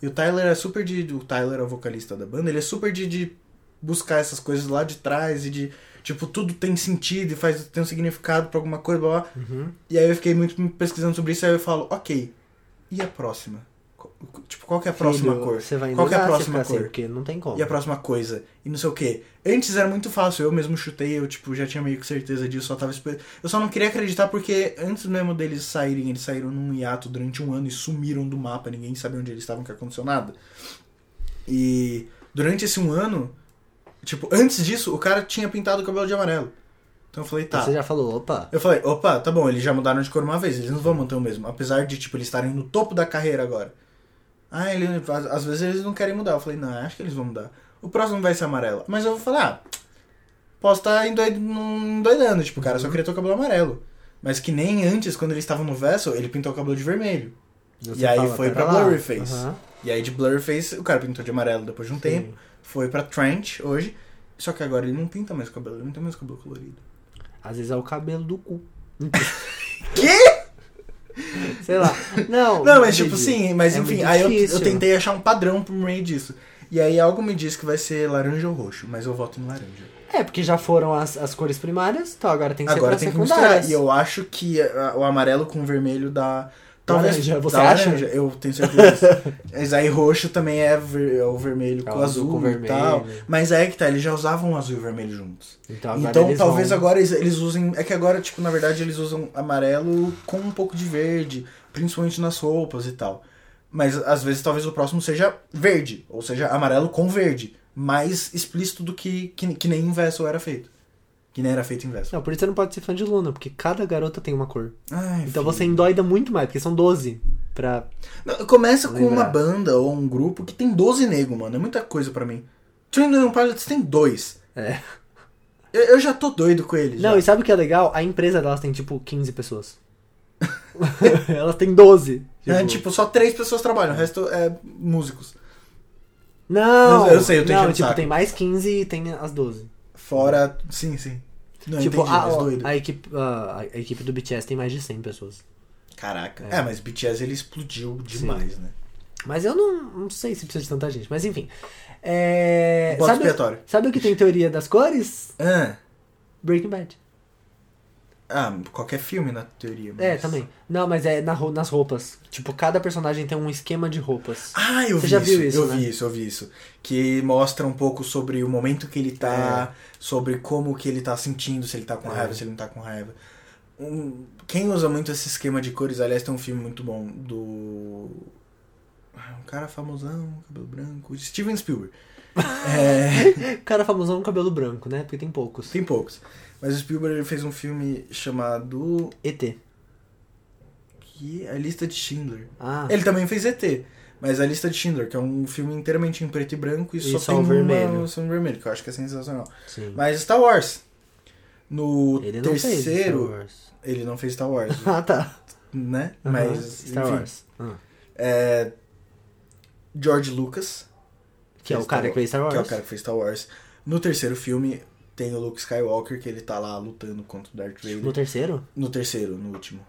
B: E o Tyler é super de. O Tyler é o vocalista da banda, ele é super de, de buscar essas coisas lá de trás e de. Tipo, tudo tem sentido e faz, tem um significado pra alguma coisa, blá blá.
A: Uhum.
B: E aí eu fiquei muito me pesquisando sobre isso, aí eu falo, ok, e a próxima? Co- Tipo, qual que é a próxima
A: Filho,
B: cor?
A: Você vai
B: Qual que é a
A: endoidar se
B: próxima
A: ficar assim,
B: cor?
A: porque não tem como.
B: E a próxima coisa? E não sei o que. Antes era muito fácil, eu mesmo chutei, eu tipo, já tinha meio que certeza disso, só tava esperando. Eu só não queria acreditar porque antes mesmo deles saírem, eles saíram num hiato durante um ano e sumiram do mapa, ninguém sabia onde eles estavam, o que aconteceu nada. E durante esse um ano, tipo, antes disso, o cara tinha pintado o cabelo de amarelo. Então eu falei, tá.
A: Você já falou, opa.
B: Eu falei, opa, tá bom, eles já mudaram de cor uma vez, eles não vão manter o mesmo. Apesar de, tipo, eles estarem no topo da carreira agora. Ah, ele, às- às vezes eles não querem mudar. Eu falei, não, acho que eles vão mudar. O próximo vai ser amarelo. Mas eu vou falar, ah, posso estar endoid... não endoidando, tipo, o cara só queria ter o cabelo amarelo. Mas que nem antes, quando eles estavam no Vessel, ele pintou o cabelo de vermelho.
A: Você
B: E aí
A: fala,
B: foi
A: "Pera
B: pra
A: lá".
B: Blurryface.
A: Aham.
B: E aí de Blurryface, o cara pintou de amarelo depois de um tempo.
A: Sim.
B: Foi pra Trench hoje. Só que agora ele não pinta mais o cabelo, ele não tem mais o cabelo colorido.
A: Às vezes é o cabelo do cu.
B: Que?
A: Sei lá. Não,
B: Não, mas tipo,
A: entendi.
B: sim, mas
A: É
B: enfim,
A: muito
B: aí eu,
A: difícil.
B: eu tentei achar um padrão por meio disso. E aí algo me diz que vai ser laranja ou roxo, mas eu voto em laranja.
A: É, porque já foram as, as cores primárias, então agora tem que
B: Agora
A: ser
B: tem que
A: pras
B: misturar.
A: secundárias.
B: E eu acho que ah, o amarelo com o vermelho dá. Talvez.
A: Laranja, você
B: dá
A: acha?
B: laranja, eu tenho certeza. mas aí roxo também é, ver- é o vermelho
A: É
B: com
A: o azul
B: azul,
A: com
B: e tal.
A: vermelho.
B: Mas aí é que tá, eles já usavam azul e vermelho juntos.
A: Então,
B: Então
A: eles
B: talvez
A: vão-
B: agora eles, eles usem. É que agora, tipo, na verdade eles usam amarelo com um pouco de verde, principalmente nas roupas e tal. Mas às vezes talvez o próximo seja verde, ou seja, amarelo com verde. Mais explícito do que, que, que nem em Vessel era feito. Que nem era feito inverso.
A: Não, por isso você não pode ser fã de Luna, porque cada garota tem uma cor.
B: Ai,
A: Então
B: filho.
A: você endoida muito mais, porque são 12 pra.
B: Não, começa com
A: Lembrar.
B: uma banda ou um grupo que tem 12 negros, mano. É muita coisa pra mim. Twin Lion Pilots tem dois.
A: É.
B: Eu, eu já tô doido com eles.
A: Não,
B: já.
A: e sabe o que é legal? A empresa delas tem tipo 15 pessoas. elas têm 12. Tipo...
B: É, tipo, só três pessoas trabalham, o resto é músicos.
A: Não!
B: Eu- eu sei, eu tô
A: Não,
B: enchendo o
A: tipo,
B: saco.
A: tem mais 15 e tem as 12.
B: Fora. Sim, sim. Não
A: tipo,
B: entendi,
A: a,
B: mas doido.
A: a equipe, a, a equipe do BTS tem mais de 100 pessoas.
B: Caraca. É.
A: É.
B: mas BTS ele explodiu demais, né?
A: Mas eu não, não sei se precisa de tanta gente. Mas enfim. É,
B: Bota
A: sabe,
B: expiatório.
A: sabe o que tem teoria das cores?
B: Ah,
A: Breaking Bad.
B: ah, qualquer filme na teoria. Mas...
A: É, também. Não, mas é na ro- nas roupas. Tipo, cada personagem tem um esquema de roupas.
B: Ah, eu
A: Você
B: vi
A: já
B: isso.
A: viu isso,
B: eu
A: né?
B: vi isso, eu vi isso. Que mostra um pouco sobre o momento que ele tá, sobre como que ele tá sentindo, se ele tá com
A: É.
B: raiva, se ele não tá com raiva. Um- quem usa muito esse esquema de cores, aliás, tem um filme muito bom do. Ah, Um cara famosão, cabelo branco. Steven Spielberg. É,
A: Cara famosão com cabelo branco, né? Porque tem poucos.
B: tem poucos. Mas o Spielberg ele fez um filme chamado.
A: ET.
B: Que? é A Lista de Schindler.
A: Ah,
B: Ele também fez ET, mas a lista de Schindler, que é um filme inteiramente em preto e branco e,
A: E
B: só,
A: só
B: tem
A: o
B: uma
A: vermelho.
B: versão vermelho, que eu acho que é sensacional.
A: sim.
B: Mas Star Wars. No
A: Ele não fez Star
B: terceiro,
A: Wars.
B: ele não fez Star Wars,
A: Ah, tá.
B: né?
A: Aham,
B: Mas
A: Star
B: enfim,
A: Wars. Ah.
B: é, George Lucas,
A: Que é o
B: Fez
A: cara
B: Star
A: que fez Star Wars.
B: que é o cara que fez Star Wars. No terceiro filme tem o Luke Skywalker que ele tá lá lutando contra o Darth Vader.
A: No terceiro?
B: No terceiro, no último.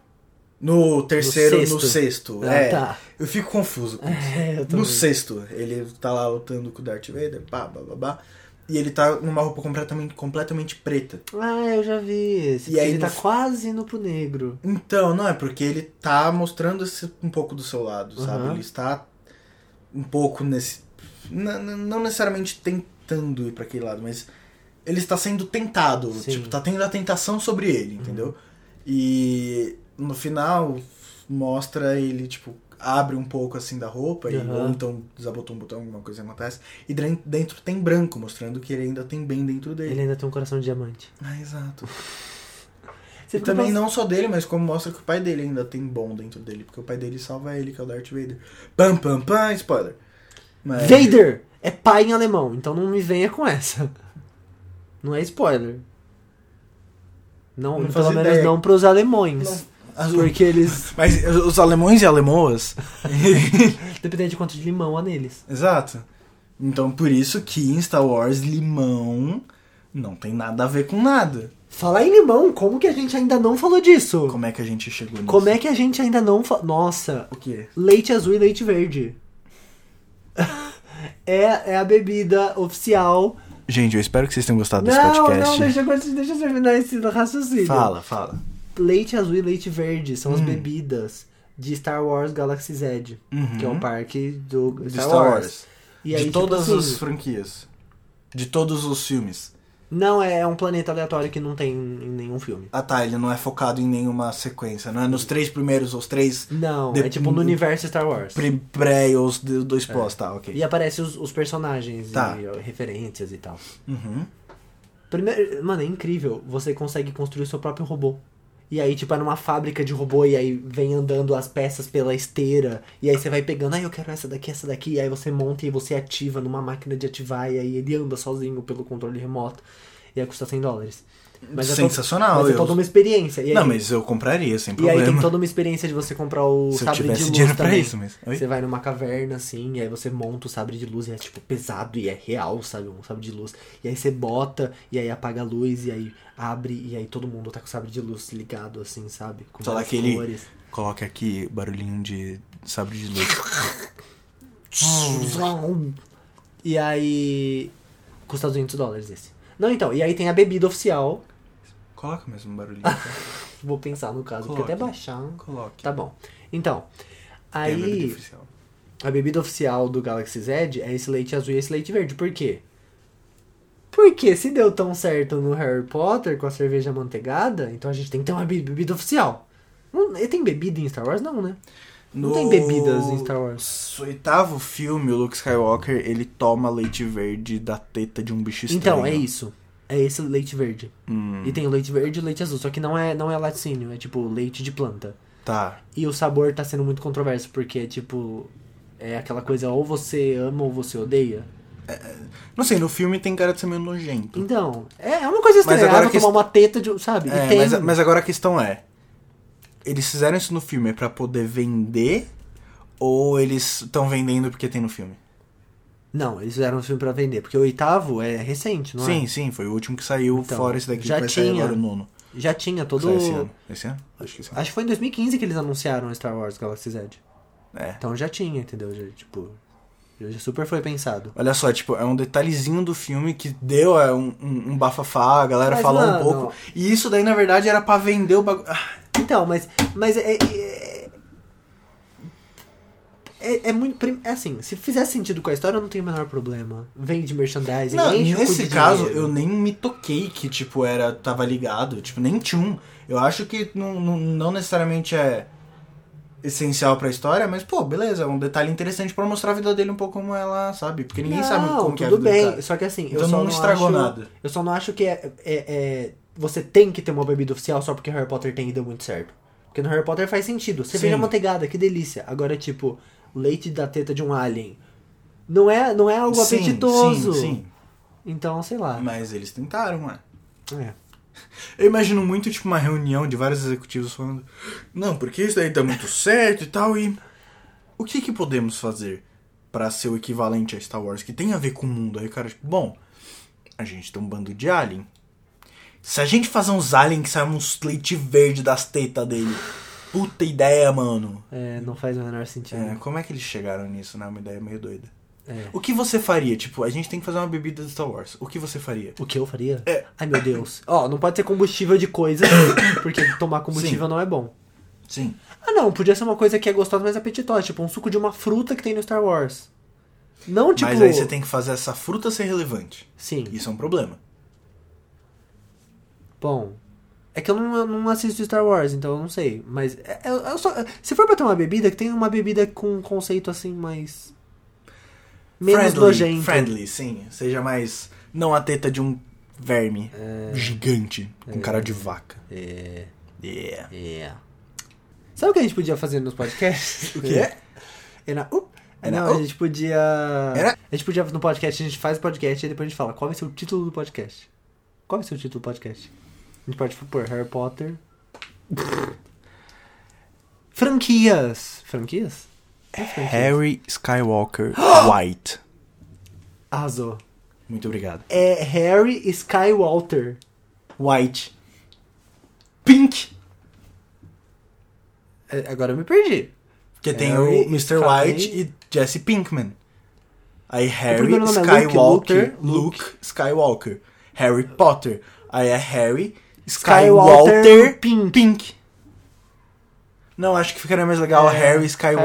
B: No terceiro, no
A: sexto.
B: sexto.
A: Ah,
B: é,
A: tá.
B: eu fico confuso com isso.
A: É, eu
B: No
A: também.
B: sexto, ele tá lá lutando com o Darth Vader, pá, blá, blá, blá. E ele tá numa roupa completamente, completamente preta.
A: Ah, eu já vi. Esse
B: E aí
A: ele
B: no
A: tá
B: f-
A: quase indo pro negro.
B: Então, não, é porque ele tá mostrando esse- um pouco do seu lado, sabe?
A: Aham.
B: Ele está um pouco nesse. n- n- Não necessariamente tentando ir pra aquele lado, mas ele está sendo
A: Sim.
B: tentado.
A: Uhum.
B: Tipo, tá tendo a tentação sobre ele, entendeu? E no final mostra ele, tipo, abre um pouco assim da roupa, e,
A: Aham.
B: ou então desabotou um botão, alguma coisa acontece. E dren- dentro tem branco, mostrando que ele ainda tem bem dentro dele.
A: Ele ainda tem um coração de diamante.
B: Ah, exato.
A: Você
B: E
A: fica
B: também
A: pensando-
B: não só dele, mas como mostra que o pai dele ainda tem bom dentro dele, porque o pai dele salva ele, que é o Darth Vader. Pam, pam, pam, spoiler. Mas,
A: Vader é pai em alemão, então não me venha com essa. Não é spoiler. Não,
B: Não
A: pelo
B: fazia
A: menos
B: ideia.
A: não pros alemães.
B: Não. As-
A: Porque eles.
B: mas os alemães e alemoas.
A: Dependendo de quanto de limão há neles.
B: Exato. Então por isso que em Star Wars limão não tem nada a ver com nada.
A: Falar em limão, como que a gente ainda não falou disso?
B: Como é que a gente chegou nisso?
A: Como é que a gente ainda não falou. Nossa,
B: O quê?
A: leite azul e leite verde. É, é a bebida oficial.
B: Gente, eu espero que vocês tenham gostado desse
A: não, não,
B: podcast.
A: deixa, eu- deixa eu terminar esse raciocínio.
B: Fala, fala.
A: Leite azul e leite verde são as
B: Hum.
A: bebidas de Star Wars Galaxy Z,
B: Uhum.
A: que é o parque do
B: De
A: Star, Wars. E
B: de
A: aí, tipo
B: todas
A: assim,
B: as franquias. De todos os filmes.
A: Não, é um planeta aleatório que não tem em nenhum filme.
B: Ah tá, ele não é focado em nenhuma sequência, não é nos três primeiros, os três
A: Não,
B: De- hum.
A: é tipo no universo Star Wars.
B: pre- pré ou os de- dois pós, tá, ok.
A: É. E aparece os, os personagens
B: Tá.
A: e ó, referências e tal.
B: Uhum.
A: Primeiro, mano, é incrível. Você consegue construir o seu próprio robô. E aí, tipo, é numa fábrica de robô e aí vem andando as peças pela esteira. E aí você vai pegando, ah, eu quero essa daqui, essa daqui. E aí você monta e você ativa numa máquina de ativar. E aí ele anda sozinho pelo controle remoto. E aí custa 100 dólares. Mas é todo-
B: Sensacional.
A: mas é
B: eu-
A: toda uma experiência. E aí,
B: Não, mas eu compraria, sem
A: e
B: problema.
A: aí tem toda uma experiência de você comprar o
B: Se eu
A: sabre de
B: tivesse
A: luz
B: dinheiro
A: também.
B: pra isso, mas... Oi?
A: Você vai numa caverna, assim, e aí você monta o sabre de luz e é, tipo, pesado e é real, sabe? Um sabre de luz. E aí você bota, e aí apaga a luz, e aí abre, e aí todo mundo tá com o sabre de luz ligado, assim, sabe? Com
B: Só
A: várias
B: daquele-
A: cores.
B: Coloque aqui barulhinho de sabre de luz.
A: E aí... Custa 200 dólares esse. Não, então, e aí tem a bebida oficial.
B: Coloca mesmo o barulhinho. tá?
A: Vou pensar no caso, porque até
B: Coloque.
A: baixar...
B: Coloque.
A: Ah. Tá bom. Então,
B: Tem a bebida
A: aí...
B: oficial.
A: A bebida oficial do Galaxy Z é esse leite azul e esse leite verde. Por quê? Porque se deu tão certo no Harry Potter com a cerveja manteigada, então a gente tem que ter uma be- bebida oficial. Não, e tem bebida em Star Wars? Não, né? Não tem bebidas em Star Wars.
B: No oitavo filme, o Luke Skywalker, ele toma leite verde da teta de um bicho estranho.
A: Então, é isso. é esse leite verde.
B: Hum,
A: E tem o leite verde e o leite azul, só que não é, não é laticínio, é tipo leite de planta.
B: Tá.
A: E o sabor tá sendo muito controverso, porque é tipo. É aquela coisa, ou você ama ou você odeia.
B: Não sei, no filme tem cara de ser meio nojento.
A: Então, é, é uma coisa estranha.
B: agora
A: Ah, vou
B: que-
A: tomar uma teta de. um- Sabe? e
B: É,
A: tem.
B: mas, mas agora a questão é: eles fizeram isso no filme é pra poder vender ou eles estão vendendo porque tem no filme?
A: Não, eles fizeram um filme pra vender, porque o oitavo é recente, não
B: sim, sim, foi o último que saiu
A: Então,
B: fora esse daqui
A: já
B: que vai sair
A: tinha.
B: agora o nono.
A: é? Já tinha
B: que
A: todo.
B: sai Esse ano? Esse ano? Acho que esse ano.
A: Acho que foi em 2015 que eles anunciaram Star Wars Galaxy Z.
B: É.
A: Então já tinha, entendeu? Já, tipo. Já super foi pensado.
B: Olha só, tipo, é um detalhezinho do filme que deu é, um, um, um bafafá, a galera
A: Mas,
B: falou
A: mano-
B: um pouco. E isso daí, na verdade, era pra vender o bagulho.
A: Então, mas. Mas é. é... é- é muito. prim- É assim, se fizer sentido com a história, eu não tenho o menor problema. Vende merchandising,
B: Não,
A: enche o cu
B: nesse
A: de
B: caso,
A: dinheiro.
B: eu nem me toquei que, tipo, era. Tava ligado. Tipo, nem tchum. Eu acho que não, não, não necessariamente é essencial pra história, mas, pô, beleza, é um detalhe interessante pra mostrar a vida dele um pouco como ela, sabe? Porque ninguém
A: não,
B: sabe como que é a
A: tudo
B: vida
A: bem.
B: do cara.
A: Só que assim, eu
B: Então
A: só
B: não,
A: não
B: estragou
A: acho-
B: nada.
A: Eu só não acho que é, é- é- você tem que ter uma bebida oficial só porque Harry Potter tem e deu muito certo. Porque no Harry Potter faz sentido. Você
B: Sim.
A: veja manteigada, que delícia. Agora, tipo, leite da teta de um alien. Não é, não é algo
B: Sim,
A: apetitoso.
B: Sim, sim.
A: Então, sei lá.
B: Mas eles tentaram, mano.
A: É.
B: Eu imagino muito, tipo, uma reunião de vários executivos falando: Não, porque isso daí dá muito certo e tal, e. O que que podemos fazer pra ser o equivalente a Star Wars que tem a ver com o mundo? Aí o cara, tipo, bom, a gente tem um bando de alien. Se a gente fazer uns alien que saiam uns leite verde das tetas dele. Puta ideia, mano.
A: É, não faz o menor sentido.
B: É, como é que eles chegaram nisso, né? Uma ideia meio doida.
A: É.
B: O que você faria? Tipo, a gente tem que fazer uma bebida de Star Wars. O que você faria?
A: O que eu faria?
B: É.
A: Ai, meu Deus. Ó, não pode ser combustível de coisas, porque tomar combustível não é bom.
B: Sim.
A: Ah, não, podia ser uma coisa que é gostosa, mas apetitosa. Tipo, um suco de uma fruta que tem no Star Wars. Não, tipo...
B: Mas aí você tem que fazer essa fruta ser relevante.
A: Sim.
B: Isso é um problema.
A: Bom, é que eu não, eu não assisto Star Wars, então eu não sei. Mas é- eu, eu só, se for pra ter uma bebida, que tem uma bebida com um conceito assim mais. Menos
B: friendly,
A: nojento.
B: Friendly, sim. Seja mais. Não a teta de um verme gigante com cara de vaca.
A: É,
B: Yeah.
A: é. Sabe o que a gente podia fazer nos podcasts?
B: O quê?
A: É? Era. Uh,
B: Era,
A: não,
B: uh.
A: a gente podia.
B: Era.
A: A gente podia no podcast, a gente faz o podcast e depois a gente fala qual vai ser o título do podcast. Qual vai ser o título do podcast? A gente pode tipo, pôr Harry Potter. Franquias! Franquias? É franquias.
B: Harry Skywalker White.
A: Arrasou.
B: Muito obrigado.
A: É Harry Skywalker.
B: White. Pink.
A: É, agora eu me perdi.
B: Porque tem o
A: Harry,
B: Mr.
A: Kai-
B: White e Jesse Pinkman. Aí Harry
A: primeiro nome é Luke,
B: Skywalker,
A: Luke,
B: Luke,
A: Luke.
B: Skywalker. Harry Potter. Aí é Harry
A: Skywalker,
B: Skywalker Pink.
A: Pink.
B: Não, acho que ficaria mais legal
A: É,
B: Harry Skywalker,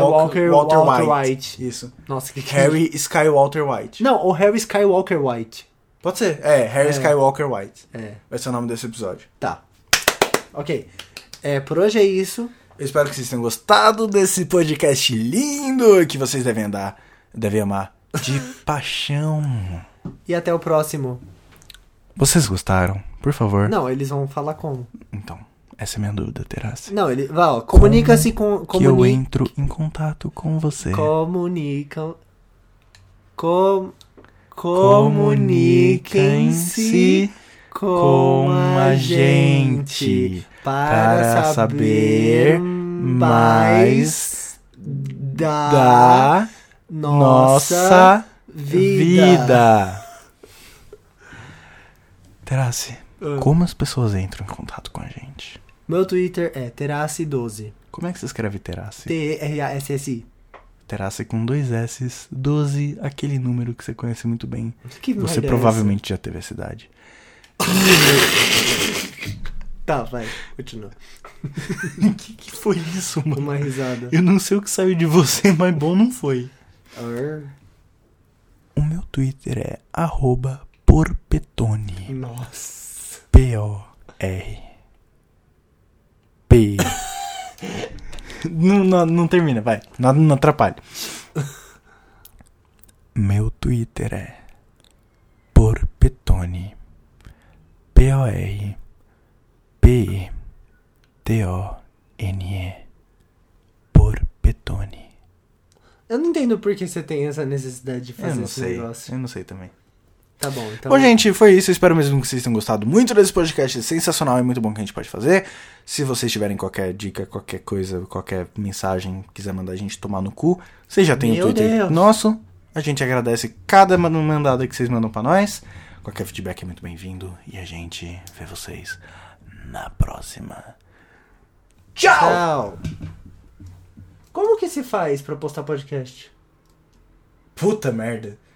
A: Skywalker,
B: Walter,
A: Walter
B: White.
A: White.
B: Isso.
A: Nossa, que é
B: Harry Skywalker White.
A: Não, ou Harry Skywalker White.
B: Pode ser. É, Harry
A: É.
B: Skywalker White.
A: É.
B: Vai ser o nome desse episódio.
A: Tá. Ok. É, por hoje é isso.
B: Eu espero que vocês tenham gostado desse podcast lindo que vocês devem andar, devem amar de paixão.
A: E até o próximo.
B: Vocês gostaram? Por favor.
A: Não, eles vão falar como.
B: Então, essa é minha dúvida, Terassi.
A: Não, ele. Val, comunica-se com.
B: Que eu
A: Comuni...
B: entro em contato com você.
A: Comunicam. Com. Comuniquem-se com a gente para saber mais da
B: da
A: nossa
B: nossa
A: vida.
B: vida. Terassi, como as pessoas entram em contato com a gente?
A: Ah, Meu Twitter é Terassi12.
B: Como é que se escreve Terassi?
A: T-R-A-S-S-I.
B: Terassi com dois S's, 12, aquele número que você conhece muito bem.
A: Que
B: Você
A: merda é
B: provavelmente já teve essa idade.
A: essa? Tá, vai, continua.
B: O que, que foi isso, mano?
A: Uma risada.
B: Eu não sei o que saiu de você, mas bom não foi.
A: Arr.
B: O meu Twitter é arroba porpetone.
A: Nossa.
B: P-O-R. P. não, não, não termina, vai. Não, não atrapalha. Meu Twitter é porpetone. P-O-R P-E-T-O-N-E Porpetone.
A: Eu não entendo por que você tem essa necessidade de
B: Eu
A: fazer
B: não
A: esse
B: sei.
A: negócio.
B: Eu não sei também.
A: Tá bom, então.
B: Bom, gente, foi isso. Eu espero mesmo que vocês tenham gostado muito desse podcast. É sensacional e muito bom que a gente pode fazer. Se vocês tiverem qualquer dica, qualquer coisa, qualquer mensagem, quiser mandar a gente tomar no cu, vocês já têm o
A: Meu
B: Twitter
A: Deus.
B: nosso. A gente agradece cada man- mandada que vocês mandam pra nós. Qualquer feedback é muito bem-vindo. E a gente vê vocês na próxima.
A: Tchau.
B: Tchau!
A: Como que se faz pra postar podcast?
B: Puta merda.